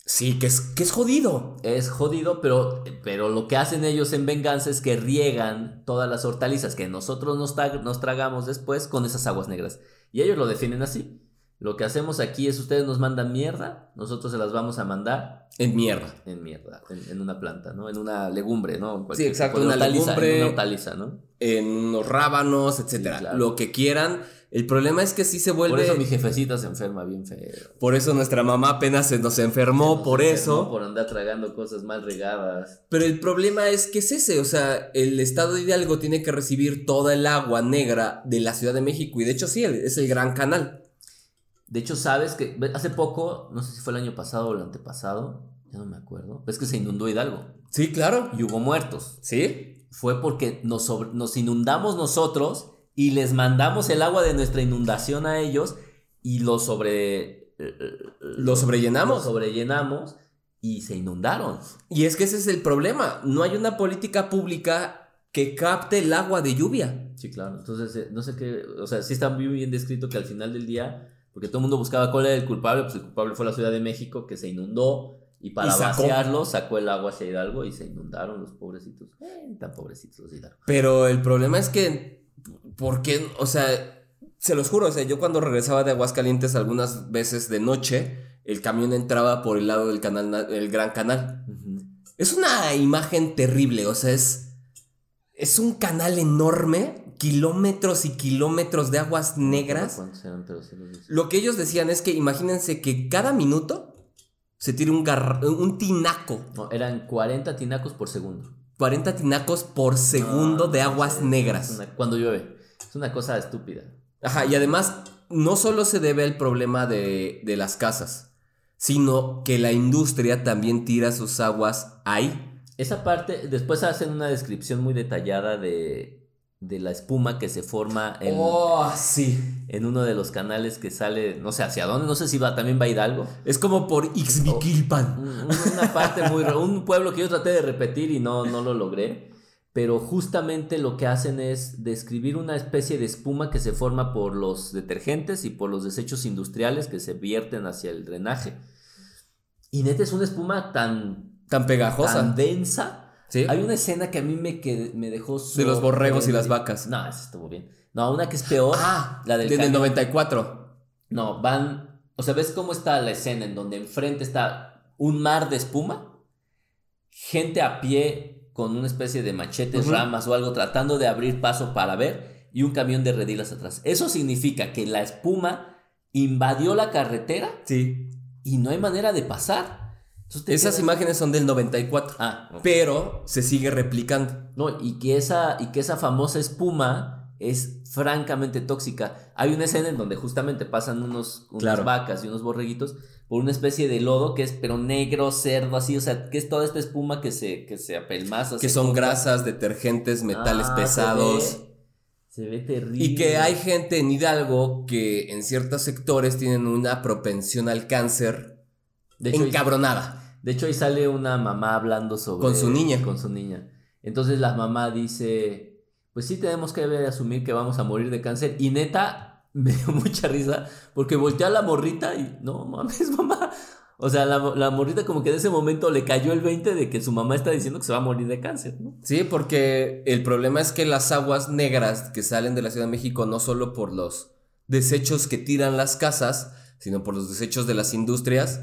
Speaker 1: Sí, que es, que es jodido.
Speaker 2: Es jodido, pero, pero lo que hacen ellos en venganza es que riegan todas las hortalizas que nosotros nos, tra- nos tragamos después con esas aguas negras. Y ellos lo definen así. Lo que hacemos aquí es ustedes nos mandan mierda, nosotros se las vamos a mandar
Speaker 1: En mierda.
Speaker 2: en mierda, en, en una planta, ¿no? En una legumbre, ¿no? En
Speaker 1: Sí, exacto,
Speaker 2: tipo
Speaker 1: una
Speaker 2: de hortaliza,
Speaker 1: legumbre.
Speaker 2: En una hortaliza, ¿no?
Speaker 1: En unos rábanos, etcétera.
Speaker 2: Sí, claro.
Speaker 1: Lo que quieran. El problema es que sí se vuelve.
Speaker 2: Por eso mi jefecita se enferma bien feo.
Speaker 1: nuestra mamá apenas se nos enfermó
Speaker 2: Nos
Speaker 1: Oh, por
Speaker 2: enfermó
Speaker 1: eso.
Speaker 2: Por andar tragando cosas mal regadas.
Speaker 1: Pero el problema es que es ese. O sea, el estado de Hidalgo tiene que recibir toda el agua negra de la Ciudad de México. Y de hecho, sí, el- es el gran canal.
Speaker 2: De hecho, sabes que ve- hace poco, no sé si fue el año pasado o el antepasado, ya no me acuerdo, es que se inundó Hidalgo
Speaker 1: Sí, claro.
Speaker 2: y hubo muertos.
Speaker 1: Sí.
Speaker 2: Fue porque nos, sobre- nos inundamos nosotros y les mandamos el agua de nuestra inundación a ellos y lo sobre... eh,
Speaker 1: Lo sobrellenamos.
Speaker 2: lo sobrellenamos y se inundaron.
Speaker 1: Y es que ese es el problema. No hay una política pública que capte el agua de lluvia.
Speaker 2: Sí, claro. Entonces, eh, no sé qué, o sea, sí está muy bien descrito que al final del día, porque todo el mundo buscaba cuál era el culpable, pues el culpable fue la Ciudad de México que se inundó y para
Speaker 1: Y sacó.
Speaker 2: vaciarlo sacó el agua hacia Hidalgo y se inundaron los pobrecitos. Eh, tan pobrecitos los de Hidalgo.
Speaker 1: Pero el problema es que, ¿por qué? O sea, se los juro, o sea, yo cuando regresaba de Aguascalientes algunas veces de noche, el camión entraba por el lado del canal, na- el Gran Canal. Es una imagen terrible, o sea, es, es un canal enorme, kilómetros y kilómetros de aguas
Speaker 2: No
Speaker 1: negras.
Speaker 2: sé cuántos eran, pero sí los decía.
Speaker 1: Lo que ellos decían es que imagínense que cada minuto se tira un, garra- un tinaco,
Speaker 2: No, eran 40 tinacos por segundo.
Speaker 1: 40 tinacos por segundo
Speaker 2: Ah,
Speaker 1: de aguas
Speaker 2: sí,
Speaker 1: negras.
Speaker 2: es una- cuando llueve. Es una cosa estúpida.
Speaker 1: Ajá, y además no solo se debe al problema de, de las casas, sino que la industria también tira sus aguas ahí.
Speaker 2: Esa parte, después hacen una descripción muy detallada de, de la espuma que se forma en,
Speaker 1: Oh,
Speaker 2: Oh,
Speaker 1: sí.
Speaker 2: en uno de los canales que sale, no sé hacia dónde, no sé si va, también va a Hidalgo.
Speaker 1: Es como por Ixmiquilpan.
Speaker 2: Un- Una parte muy ra- un pueblo que yo traté de repetir y no, no lo logré. Pero justamente lo que hacen es describir una especie de espuma que se forma por los detergentes y por los desechos industriales que se vierten hacia el drenaje. Y neta es una espuma tan,
Speaker 1: Tan
Speaker 2: tan
Speaker 1: pegajosa.
Speaker 2: densa
Speaker 1: ¿Sí?
Speaker 2: hay una escena que a mí me, qued- me dejó...
Speaker 1: De los borregos y
Speaker 2: sorprendido.
Speaker 1: las vacas.
Speaker 2: No, esa estuvo bien. No, una que es peor.
Speaker 1: Ah,
Speaker 2: la del
Speaker 1: desde el
Speaker 2: cañón.
Speaker 1: 94.
Speaker 2: No, van... O sea, ¿ves cómo está la escena en donde enfrente está un mar de espuma? Gente a pie con una especie de machetes,
Speaker 1: Ujú.
Speaker 2: ramas o algo tratando de abrir paso para ver y un camión de redilas atrás. Eso significa que la espuma invadió la carretera
Speaker 1: Sí.
Speaker 2: y no hay manera de pasar. Entonces te
Speaker 1: Esas
Speaker 2: quedas-
Speaker 1: imágenes son del 94.
Speaker 2: Ah, ok.
Speaker 1: Pero se sigue replicando.
Speaker 2: No, y que esa, y que esa famosa espuma es francamente tóxica. Hay una escena en donde justamente pasan unos, unas
Speaker 1: Claro.
Speaker 2: vacas y unos borreguitos por una especie de lodo que es pero negro, cerdo, así, o sea, que es toda esta espuma que se, que se apelmaza.
Speaker 1: Que
Speaker 2: se
Speaker 1: son
Speaker 2: junta.
Speaker 1: grasas, detergentes, metales
Speaker 2: Ah, se
Speaker 1: pesados.
Speaker 2: ve- Se ve, terrible.
Speaker 1: Y que hay gente en Hidalgo que en ciertos sectores tienen una propensión al cáncer
Speaker 2: De hecho, ahí-
Speaker 1: encabronada.
Speaker 2: De hecho, ahí sale una mamá hablando sobre.
Speaker 1: Con su niña.
Speaker 2: Con su niña. Entonces la mamá dice: Pues sí, tenemos que asumir que vamos a morir de cáncer. Y neta, me dio mucha risa porque voltea a la morrita y no mames, mamá. O sea, la, la morrita como que en ese momento le cayó el 20 de que su mamá está diciendo que se va a morir de cáncer, ¿no?
Speaker 1: Sí, porque el problema es que las aguas negras que salen de la Ciudad de México no solo por los desechos que tiran las casas, sino por los desechos de las industrias,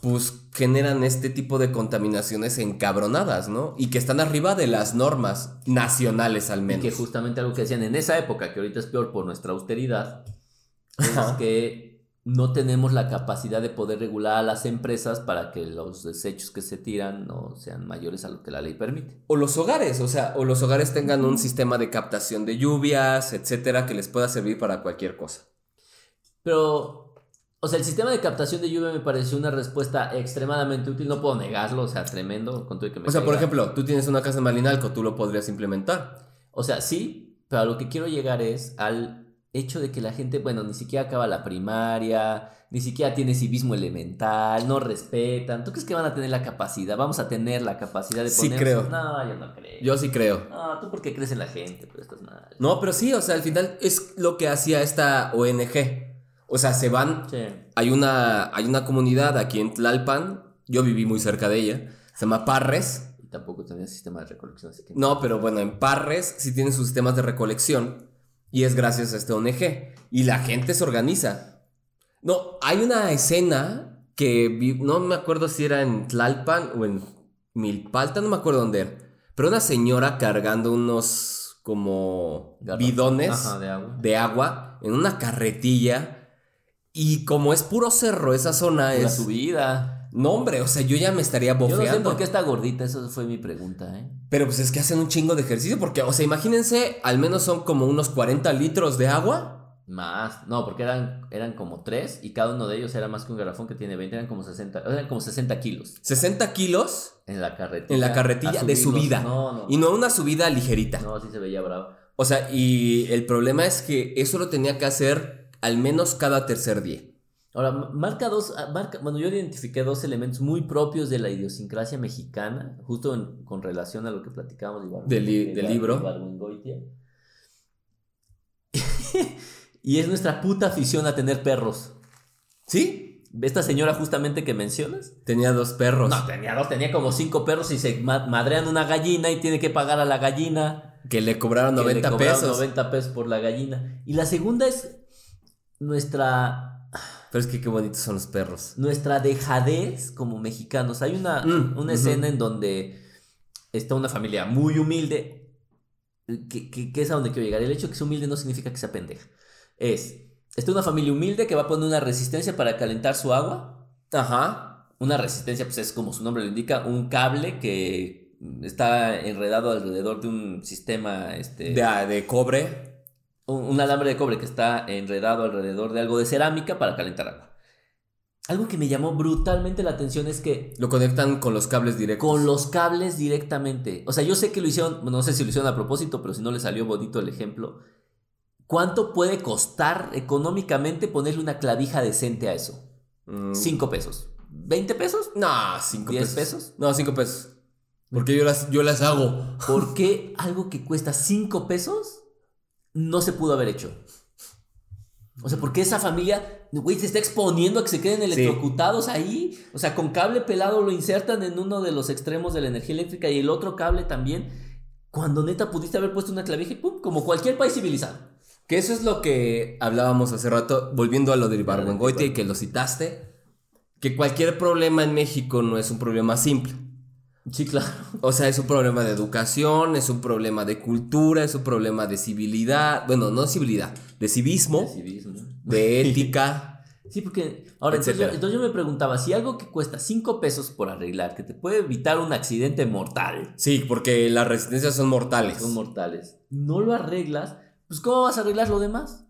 Speaker 1: pues generan este tipo de contaminaciones encabronadas, ¿no? Y que están arriba de las normas nacionales al
Speaker 2: Y
Speaker 1: menos.
Speaker 2: que justamente algo que decían en esa época, que ahorita es peor por nuestra austeridad, es
Speaker 1: Ajá.
Speaker 2: que no tenemos la capacidad de poder regular a las empresas para que los desechos que se tiran no sean mayores a lo que la ley permite.
Speaker 1: O los hogares, o sea, o los hogares tengan un sistema de captación de lluvias, etcétera, que les pueda servir para cualquier cosa.
Speaker 2: Pero, o sea, el sistema de captación de lluvia me pareció una respuesta extremadamente útil, no puedo negarlo, o sea, tremendo, con todo y que me
Speaker 1: O sea, por
Speaker 2: caiga.
Speaker 1: ejemplo, tú tienes una casa en Malinalco, tú lo podrías implementar.
Speaker 2: O sea, sí, pero a lo que quiero llegar es al hecho de que la gente, bueno, ni siquiera acaba la primaria, ni siquiera tiene civismo elemental, no respetan. ¿Tú crees que van a tener la capacidad? Vamos a tener la capacidad de
Speaker 1: Sí
Speaker 2: poner.
Speaker 1: creo.
Speaker 2: No, yo no creo.
Speaker 1: Yo sí creo.
Speaker 2: No, tú porque crees en la gente, pero estás mal.
Speaker 1: No, pero sí, o sea, al final es lo que hacía esta ONG. O sea, se van.
Speaker 2: Sí.
Speaker 1: Hay una, hay una comunidad aquí en Tlalpan, yo viví muy cerca de ella, se llama Parres.
Speaker 2: Y tampoco tenía sistema de recolección, así que.
Speaker 1: No, pero bueno, en Parres sí tienen sus sistemas de recolección y es gracias a este ONG. Y la gente se organiza. No, hay una escena que vi- no me acuerdo si era en Tlalpan o en Milpalta, no me acuerdo dónde era. Pero una señora cargando unos como
Speaker 2: Garrafón.
Speaker 1: bidones
Speaker 2: Ajá, de agua.
Speaker 1: de agua en una carretilla. Y como es puro cerro esa zona,
Speaker 2: La
Speaker 1: es...
Speaker 2: subida.
Speaker 1: No, hombre, o sea, yo ya me estaría
Speaker 2: Yo no
Speaker 1: bofeando.
Speaker 2: sé por qué está gordita, eso fue mi pregunta, ¿eh?
Speaker 1: Pero pues es que hacen un chingo de ejercicio porque, o sea, imagínense, al menos son como unos 40 litros de agua.
Speaker 2: Más, no, porque eran, eran como tres y cada uno de ellos era más que un garrafón que tiene 20, eran como 60, eran como 60 kilos
Speaker 1: 60 kilos
Speaker 2: en la carretilla.
Speaker 1: en la carretilla
Speaker 2: a
Speaker 1: de
Speaker 2: subirlos.
Speaker 1: subida.
Speaker 2: No, no.
Speaker 1: Y no una subida ligerita.
Speaker 2: No, sí se veía bravo.
Speaker 1: O sea, y el problema es que eso lo tenía que hacer al menos cada tercer día.
Speaker 2: Ahora, ma- marca dos, ah, marca, bueno, yo identifiqué dos elementos muy propios de la idiosincrasia mexicana, justo en- con relación a lo que platicábamos de Ibargüen-
Speaker 1: Del li-
Speaker 2: de
Speaker 1: del
Speaker 2: Ibar-
Speaker 1: libro.
Speaker 2: de Ibargüengoitia. y es nuestra puta afición a tener perros.
Speaker 1: ¿Sí?
Speaker 2: Esta señora justamente que mencionas,
Speaker 1: Tenía dos perros.
Speaker 2: No, tenía dos, tenía como cinco perros y se ma- madrean una gallina y tiene que pagar a la gallina.
Speaker 1: Que le cobraron
Speaker 2: que le
Speaker 1: 90
Speaker 2: cobraron
Speaker 1: pesos.
Speaker 2: 90 pesos por la gallina. Y la segunda es nuestra,
Speaker 1: Pero es que qué bonitos son los perros.
Speaker 2: nuestra dejadez como mexicanos. Hay una,
Speaker 1: Mm,
Speaker 2: una
Speaker 1: ujú.
Speaker 2: escena en donde está una familia muy humilde, que, que- que es a donde quiero llegar. El hecho de que sea humilde no significa que sea pendeja. Es, está una familia humilde que va a poner una resistencia para calentar su agua.
Speaker 1: Ajá.
Speaker 2: Una resistencia, pues es como su nombre lo indica, un cable que está enredado alrededor de un sistema, este,
Speaker 1: De, ah, de cobre.
Speaker 2: un, un alambre de cobre que está enredado alrededor de algo de cerámica para calentar agua. Algo que me llamó brutalmente la atención es que
Speaker 1: Lo conectan con los cables directos.
Speaker 2: con los cables directamente, o sea, yo sé que lo hicieron, no sé si lo hicieron a propósito, pero si no le salió bonito el ejemplo, ¿cuánto puede costar económicamente ponerle una clavija decente a eso?
Speaker 1: Mm.
Speaker 2: Cinco pesos. ¿20 pesos?
Speaker 1: No, 5
Speaker 2: ¿Diez
Speaker 1: pesos.
Speaker 2: pesos?
Speaker 1: No, 5 pesos. Porque yo las, yo las hago.
Speaker 2: ¿Por qué algo que cuesta 5 pesos no se pudo haber hecho? O sea, ¿por qué esa familia, güey, se está exponiendo a que se queden electrocutados ahí? O sea, con cable pelado lo insertan en uno de los extremos de la energía eléctrica y el otro cable también. Cuando neta pudiste haber puesto una clavija y pum, como cualquier país civilizado.
Speaker 1: Que eso es lo que hablábamos hace rato, volviendo a lo del Ibargüengoitia y que lo citaste. Que cualquier problema en México no es un problema simple.
Speaker 2: Sí, claro.
Speaker 1: O sea, es un problema de educación, es un problema de cultura, es un problema de civilidad. Bueno, no civilidad, de civismo, de ética.
Speaker 2: Sí, porque ahora entonces yo,
Speaker 1: Etcétera.
Speaker 2: entonces yo me preguntaba, si algo que cuesta 5 pesos por arreglar, que te puede evitar un accidente mortal,
Speaker 1: Sí, porque las resistencias son mortales.
Speaker 2: son mortales. No lo arreglas pues ¿cómo vas a arreglar lo demás?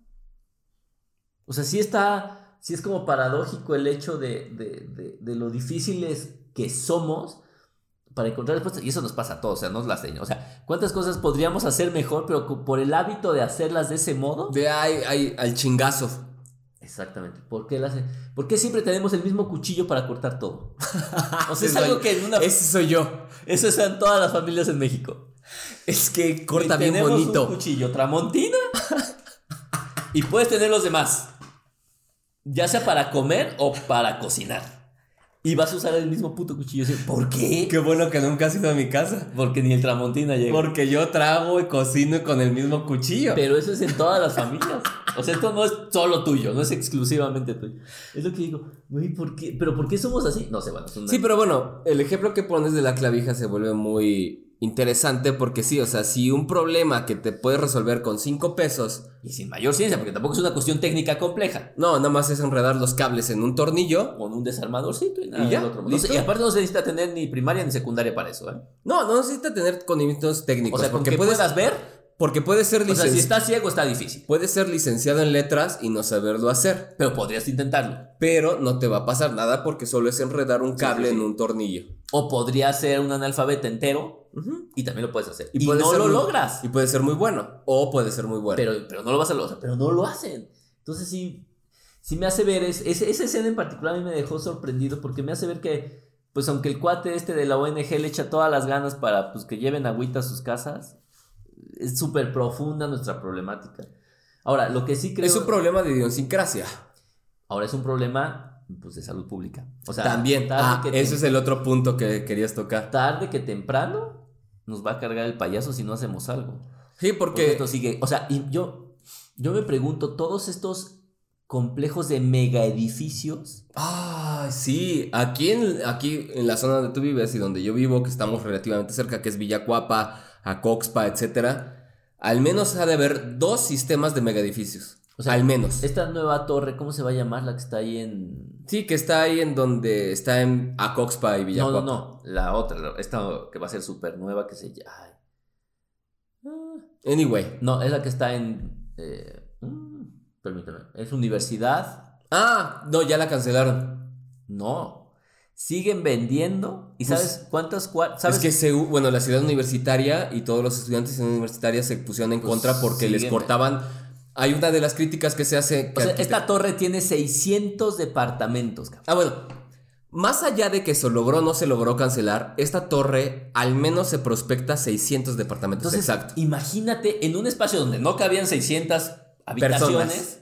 Speaker 2: O sea, sí está, sí es como paradójico el hecho de, de, de, de lo difíciles que somos para encontrar respuestas. Y eso nos pasa a todos, o sea, nos las O sea, ¿cuántas cosas podríamos hacer mejor, pero co- por el hábito de hacerlas de ese modo?
Speaker 1: De ay, ay, al chingazo.
Speaker 2: Exactamente. ¿Por qué, las- ¿Por qué siempre tenemos el mismo cuchillo para cortar todo? O sea, es
Speaker 1: Ese soy-
Speaker 2: algo que en una...
Speaker 1: Ese soy yo.
Speaker 2: Eso está en todas las familias en México.
Speaker 1: Es que corta
Speaker 2: Y
Speaker 1: bien
Speaker 2: tenemos
Speaker 1: bonito.
Speaker 2: un cuchillo tramontina y puedes tener los demás. Ya sea para comer o para cocinar. Y vas a usar el mismo puto cuchillo. siempre. ¿Por qué?
Speaker 1: Qué bueno que nunca has ido a mi casa.
Speaker 2: Porque ni el tramontina llega.
Speaker 1: Porque yo trago y cocino con el mismo cuchillo.
Speaker 2: Pero eso es en todas las familias. O sea, esto no es solo tuyo, no es exclusivamente tuyo. Es lo que digo, güey, ¿por qué? ¿Pero por qué somos así? No sé, bueno, es una-
Speaker 1: Sí, pero bueno, el ejemplo que pones de la clavija se vuelve muy interesante porque sí, o sea, si un problema que te puedes resolver con cinco pesos,
Speaker 2: Y sin mayor ciencia, porque tampoco es una cuestión técnica compleja.
Speaker 1: no, nada más es enredar los cables en un tornillo.
Speaker 2: Con un desarmadorcito y nada
Speaker 1: Y ya,
Speaker 2: del otro. No sé,
Speaker 1: listo.
Speaker 2: y aparte no se necesita tener ni primaria ni secundaria para eso, ¿eh?
Speaker 1: No, no necesita tener conocimientos
Speaker 2: O
Speaker 1: técnicos
Speaker 2: sea, con
Speaker 1: porque
Speaker 2: que
Speaker 1: puedes,
Speaker 2: puedas ver,
Speaker 1: porque puedes ser
Speaker 2: o sea,
Speaker 1: licenciado.
Speaker 2: si estás ciego está difícil,
Speaker 1: Puedes ser licenciado en letras y no saberlo hacer,
Speaker 2: pero podrías intentarlo.
Speaker 1: pero no te va a pasar nada porque solo es enredar un cable
Speaker 2: sí, sí.
Speaker 1: en un tornillo.
Speaker 2: O podrías ser un analfabeta entero y también lo puedes hacer. Y,
Speaker 1: puede
Speaker 2: no
Speaker 1: ser
Speaker 2: lo
Speaker 1: muy-
Speaker 2: logras.
Speaker 1: Y puede ser muy bueno o puede ser muy bueno.
Speaker 2: pero, pero no lo vas a lograr, pero no lo hacen. Entonces sí, sí me hace ver, es, es- esa escena en particular a mí me dejó sorprendido porque me hace ver que, pues aunque el cuate este de la ONG le echa todas las ganas para pues, que lleven agüita a sus casas, es súper profunda nuestra problemática. Ahora, lo que sí creo...
Speaker 1: es un problema de idiosincrasia.
Speaker 2: ahora es un problema pues, de salud pública. O sea,
Speaker 1: También.
Speaker 2: tarde
Speaker 1: Ah,
Speaker 2: que
Speaker 1: ese es el otro punto que querías tocar.
Speaker 2: tarde que temprano nos va a cargar el payaso si no hacemos algo.
Speaker 1: Sí,
Speaker 2: Porque
Speaker 1: porque
Speaker 2: esto sigue. O sea, y yo, yo me pregunto, todos estos complejos de mega edificios.
Speaker 1: Ah, sí, aquí en, aquí en la zona donde tú vives y donde yo vivo, que estamos relativamente cerca, que es Villacuapa, Acoxpa, etcétera, al menos ha de haber dos sistemas de megaedificios.
Speaker 2: O sea,
Speaker 1: al menos.
Speaker 2: Esta nueva torre, ¿cómo se va a llamar? La que está ahí en.
Speaker 1: Sí, que está ahí en donde está en Acoxpa y
Speaker 2: No,
Speaker 1: Villacuapa.
Speaker 2: no, no. La otra, la- esta que va a ser súper nueva, que se llama. ay. Ah.
Speaker 1: Anyway.
Speaker 2: No, es la que está en. eh, mm, permíteme. Es universidad.
Speaker 1: Ah, no, ya la cancelaron.
Speaker 2: No. Siguen vendiendo. ¿Y
Speaker 1: Pues,
Speaker 2: sabes cuántas cua- ¿Sabes
Speaker 1: Es que se, bueno, la ciudad universitaria y todos los estudiantes en universitaria se pusieron en
Speaker 2: Pues,
Speaker 1: contra porque les
Speaker 2: siguen-
Speaker 1: cortaban. Hay una de las críticas que se hace. que
Speaker 2: O sea,
Speaker 1: arquitect-
Speaker 2: esta torre tiene 600 departamentos, cabrón.
Speaker 1: Ah, bueno. Más allá de que se logró o no se logró cancelar, esta torre al menos se prospecta 600 departamentos.
Speaker 2: Entonces,
Speaker 1: Exacto.
Speaker 2: imagínate en un espacio donde no cabían 600 habitaciones,
Speaker 1: Personas.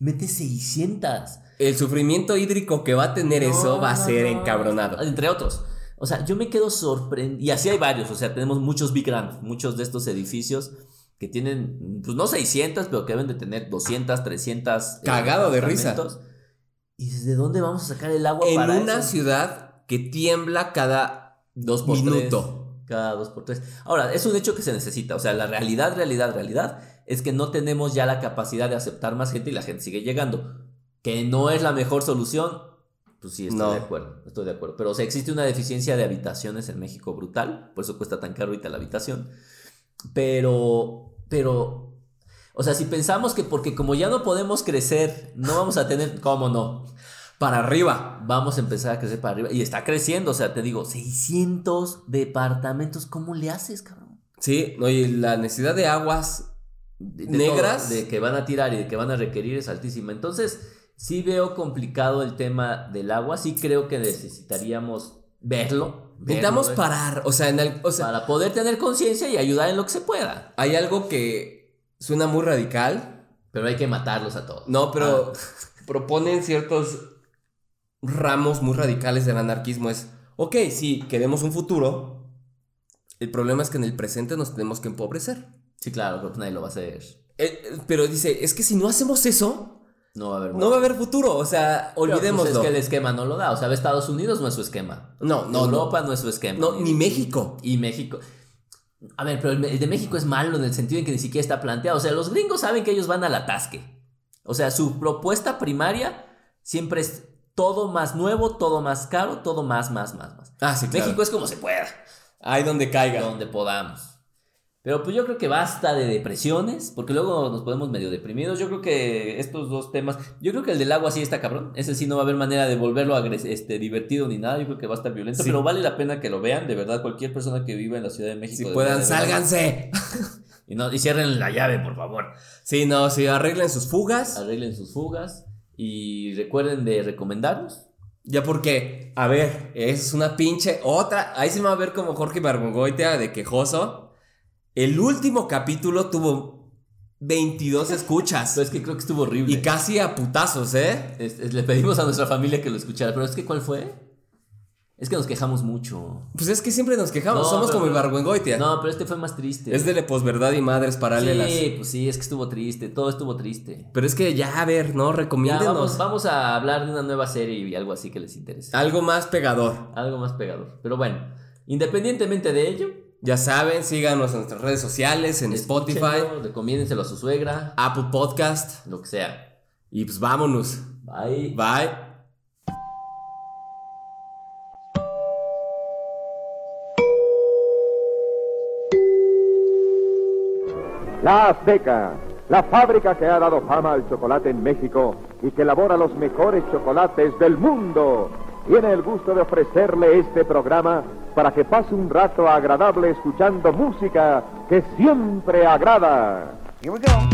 Speaker 2: mete 600.
Speaker 1: El sufrimiento hídrico que va a tener eso
Speaker 2: No,
Speaker 1: va a
Speaker 2: no,
Speaker 1: ser
Speaker 2: no.
Speaker 1: encabronado.
Speaker 2: Entre otros. O sea, yo me quedo sorprendido. Y así hay varios. O sea, tenemos muchos Big Grand, muchos de estos edificios que tienen, pues no 600, pero que deben de tener 200, 300. eh,
Speaker 1: Cagado de risa.
Speaker 2: apartamentos. ¿Y desde dónde vamos a sacar el agua
Speaker 1: En
Speaker 2: para
Speaker 1: una
Speaker 2: eso?
Speaker 1: ciudad que tiembla cada
Speaker 2: dos por
Speaker 1: minuto.
Speaker 2: tres, cada dos por tres. Ahora, es un hecho que se necesita. O sea, la realidad, realidad, realidad es que no tenemos ya la capacidad de aceptar más gente y la gente sigue llegando. Que no es la mejor solución. Pues sí, estoy
Speaker 1: No.
Speaker 2: de acuerdo. Estoy de acuerdo. Pero o sea, existe una deficiencia de habitaciones en México brutal. Por eso cuesta tan caro ahorita la habitación. Pero, pero. O sea, si pensamos que porque como ya no podemos crecer, no vamos a tener. ¿Cómo no?
Speaker 1: Para arriba.
Speaker 2: vamos a empezar a crecer para arriba. Y está creciendo, o sea, te digo, 600 departamentos, ¿cómo le haces, cabrón?
Speaker 1: Sí, no, y la necesidad de aguas
Speaker 2: De- de
Speaker 1: Negras.
Speaker 2: todo, de que van a tirar y de que van a requerir es altísima. Entonces, sí veo complicado el tema del agua, sí creo que necesitaríamos verlo. verlo,
Speaker 1: Necesitamos
Speaker 2: ver-
Speaker 1: parar, o sea, en el- o sea,
Speaker 2: para poder tener conciencia y ayudar en lo que se pueda.
Speaker 1: hay algo que suena muy radical,
Speaker 2: Pero hay que matarlos a todos.
Speaker 1: no, pero
Speaker 2: Ah,
Speaker 1: proponen ciertos ramos muy radicales del anarquismo es, ok, sí, queremos un futuro, el problema es que en el presente nos tenemos que empobrecer.
Speaker 2: sí, claro, pero pues nadie lo va a hacer.
Speaker 1: Eh, eh, pero dice, es que si no hacemos eso,
Speaker 2: No va a haber.
Speaker 1: no va a haber futuro, o sea,
Speaker 2: Pero, pues,
Speaker 1: olvidémoslo.
Speaker 2: es que el esquema no lo da. O sea, Estados Unidos no es su esquema.
Speaker 1: No, no, no,
Speaker 2: Europa no, es su esquema.
Speaker 1: no, ni México.
Speaker 2: Y México. A ver, pero el me- el de México es malo en el sentido en que ni siquiera está planteado. O sea, los gringos saben que ellos van al atasque. O sea, su propuesta primaria siempre es todo más nuevo, todo más caro, todo más, más, más, más.
Speaker 1: Ah, sí, claro.
Speaker 2: México es como se pueda,
Speaker 1: ahí donde caiga.
Speaker 2: donde podamos. Pero pues yo creo que basta de depresiones, porque luego nos podemos medio deprimidos. Yo creo que estos dos temas, yo creo que el del agua sí está cabrón. Ese sí no va a haber manera de volverlo agres- este, divertido ni nada. Yo creo que va a estar violento,
Speaker 1: Sí.
Speaker 2: pero vale la pena que lo vean. De verdad, cualquier persona que viva en la Ciudad de México.
Speaker 1: Si
Speaker 2: de
Speaker 1: puedan,
Speaker 2: verdad, de verdad.
Speaker 1: sálganse.
Speaker 2: Y, no, y cierren la llave, por favor.
Speaker 1: Sí, no, sí, arreglen sus fugas.
Speaker 2: Arreglen sus fugas y recuerden de recomendarnos.
Speaker 1: Ya porque, a ver, es una pinche otra. Ahí se me va a ver como Jorge Barbogoitea de quejoso. El último capítulo tuvo 22 escuchas.
Speaker 2: Pero es que creo que estuvo horrible.
Speaker 1: Y casi a putazos, ¿eh?
Speaker 2: Es- es- le pedimos a nuestra familia que lo escuchara, pero es que ¿cuál fue? Es que nos quejamos mucho.
Speaker 1: Pues es que siempre nos quejamos,
Speaker 2: No,
Speaker 1: somos
Speaker 2: pero-
Speaker 1: como el Barbogoitea.
Speaker 2: No, pero este fue más triste.
Speaker 1: Es de la posverdad y madres paralelas.
Speaker 2: Sí, pues sí, es que estuvo triste, todo estuvo triste.
Speaker 1: Pero es que ya, a ver, no,
Speaker 2: Ya,
Speaker 1: recomiéndenos
Speaker 2: vamos, vamos a hablar de una nueva serie y algo así que les interese.
Speaker 1: algo más pegador.
Speaker 2: Algo más pegador. Pero bueno, independientemente de ello,
Speaker 1: Ya saben, síganos en nuestras redes sociales, en Spotify,
Speaker 2: escúchenlo, recomiéndenselo a su suegra,
Speaker 1: Apple Podcast.
Speaker 2: lo que sea.
Speaker 1: Y pues vámonos.
Speaker 2: Bye.
Speaker 1: Bye.
Speaker 3: La Azteca, la fábrica que ha dado fama al chocolate en México y que elabora los mejores chocolates del mundo, tiene el gusto de ofrecerle este programa para que pase un rato agradable escuchando música que siempre agrada.
Speaker 4: Here we go.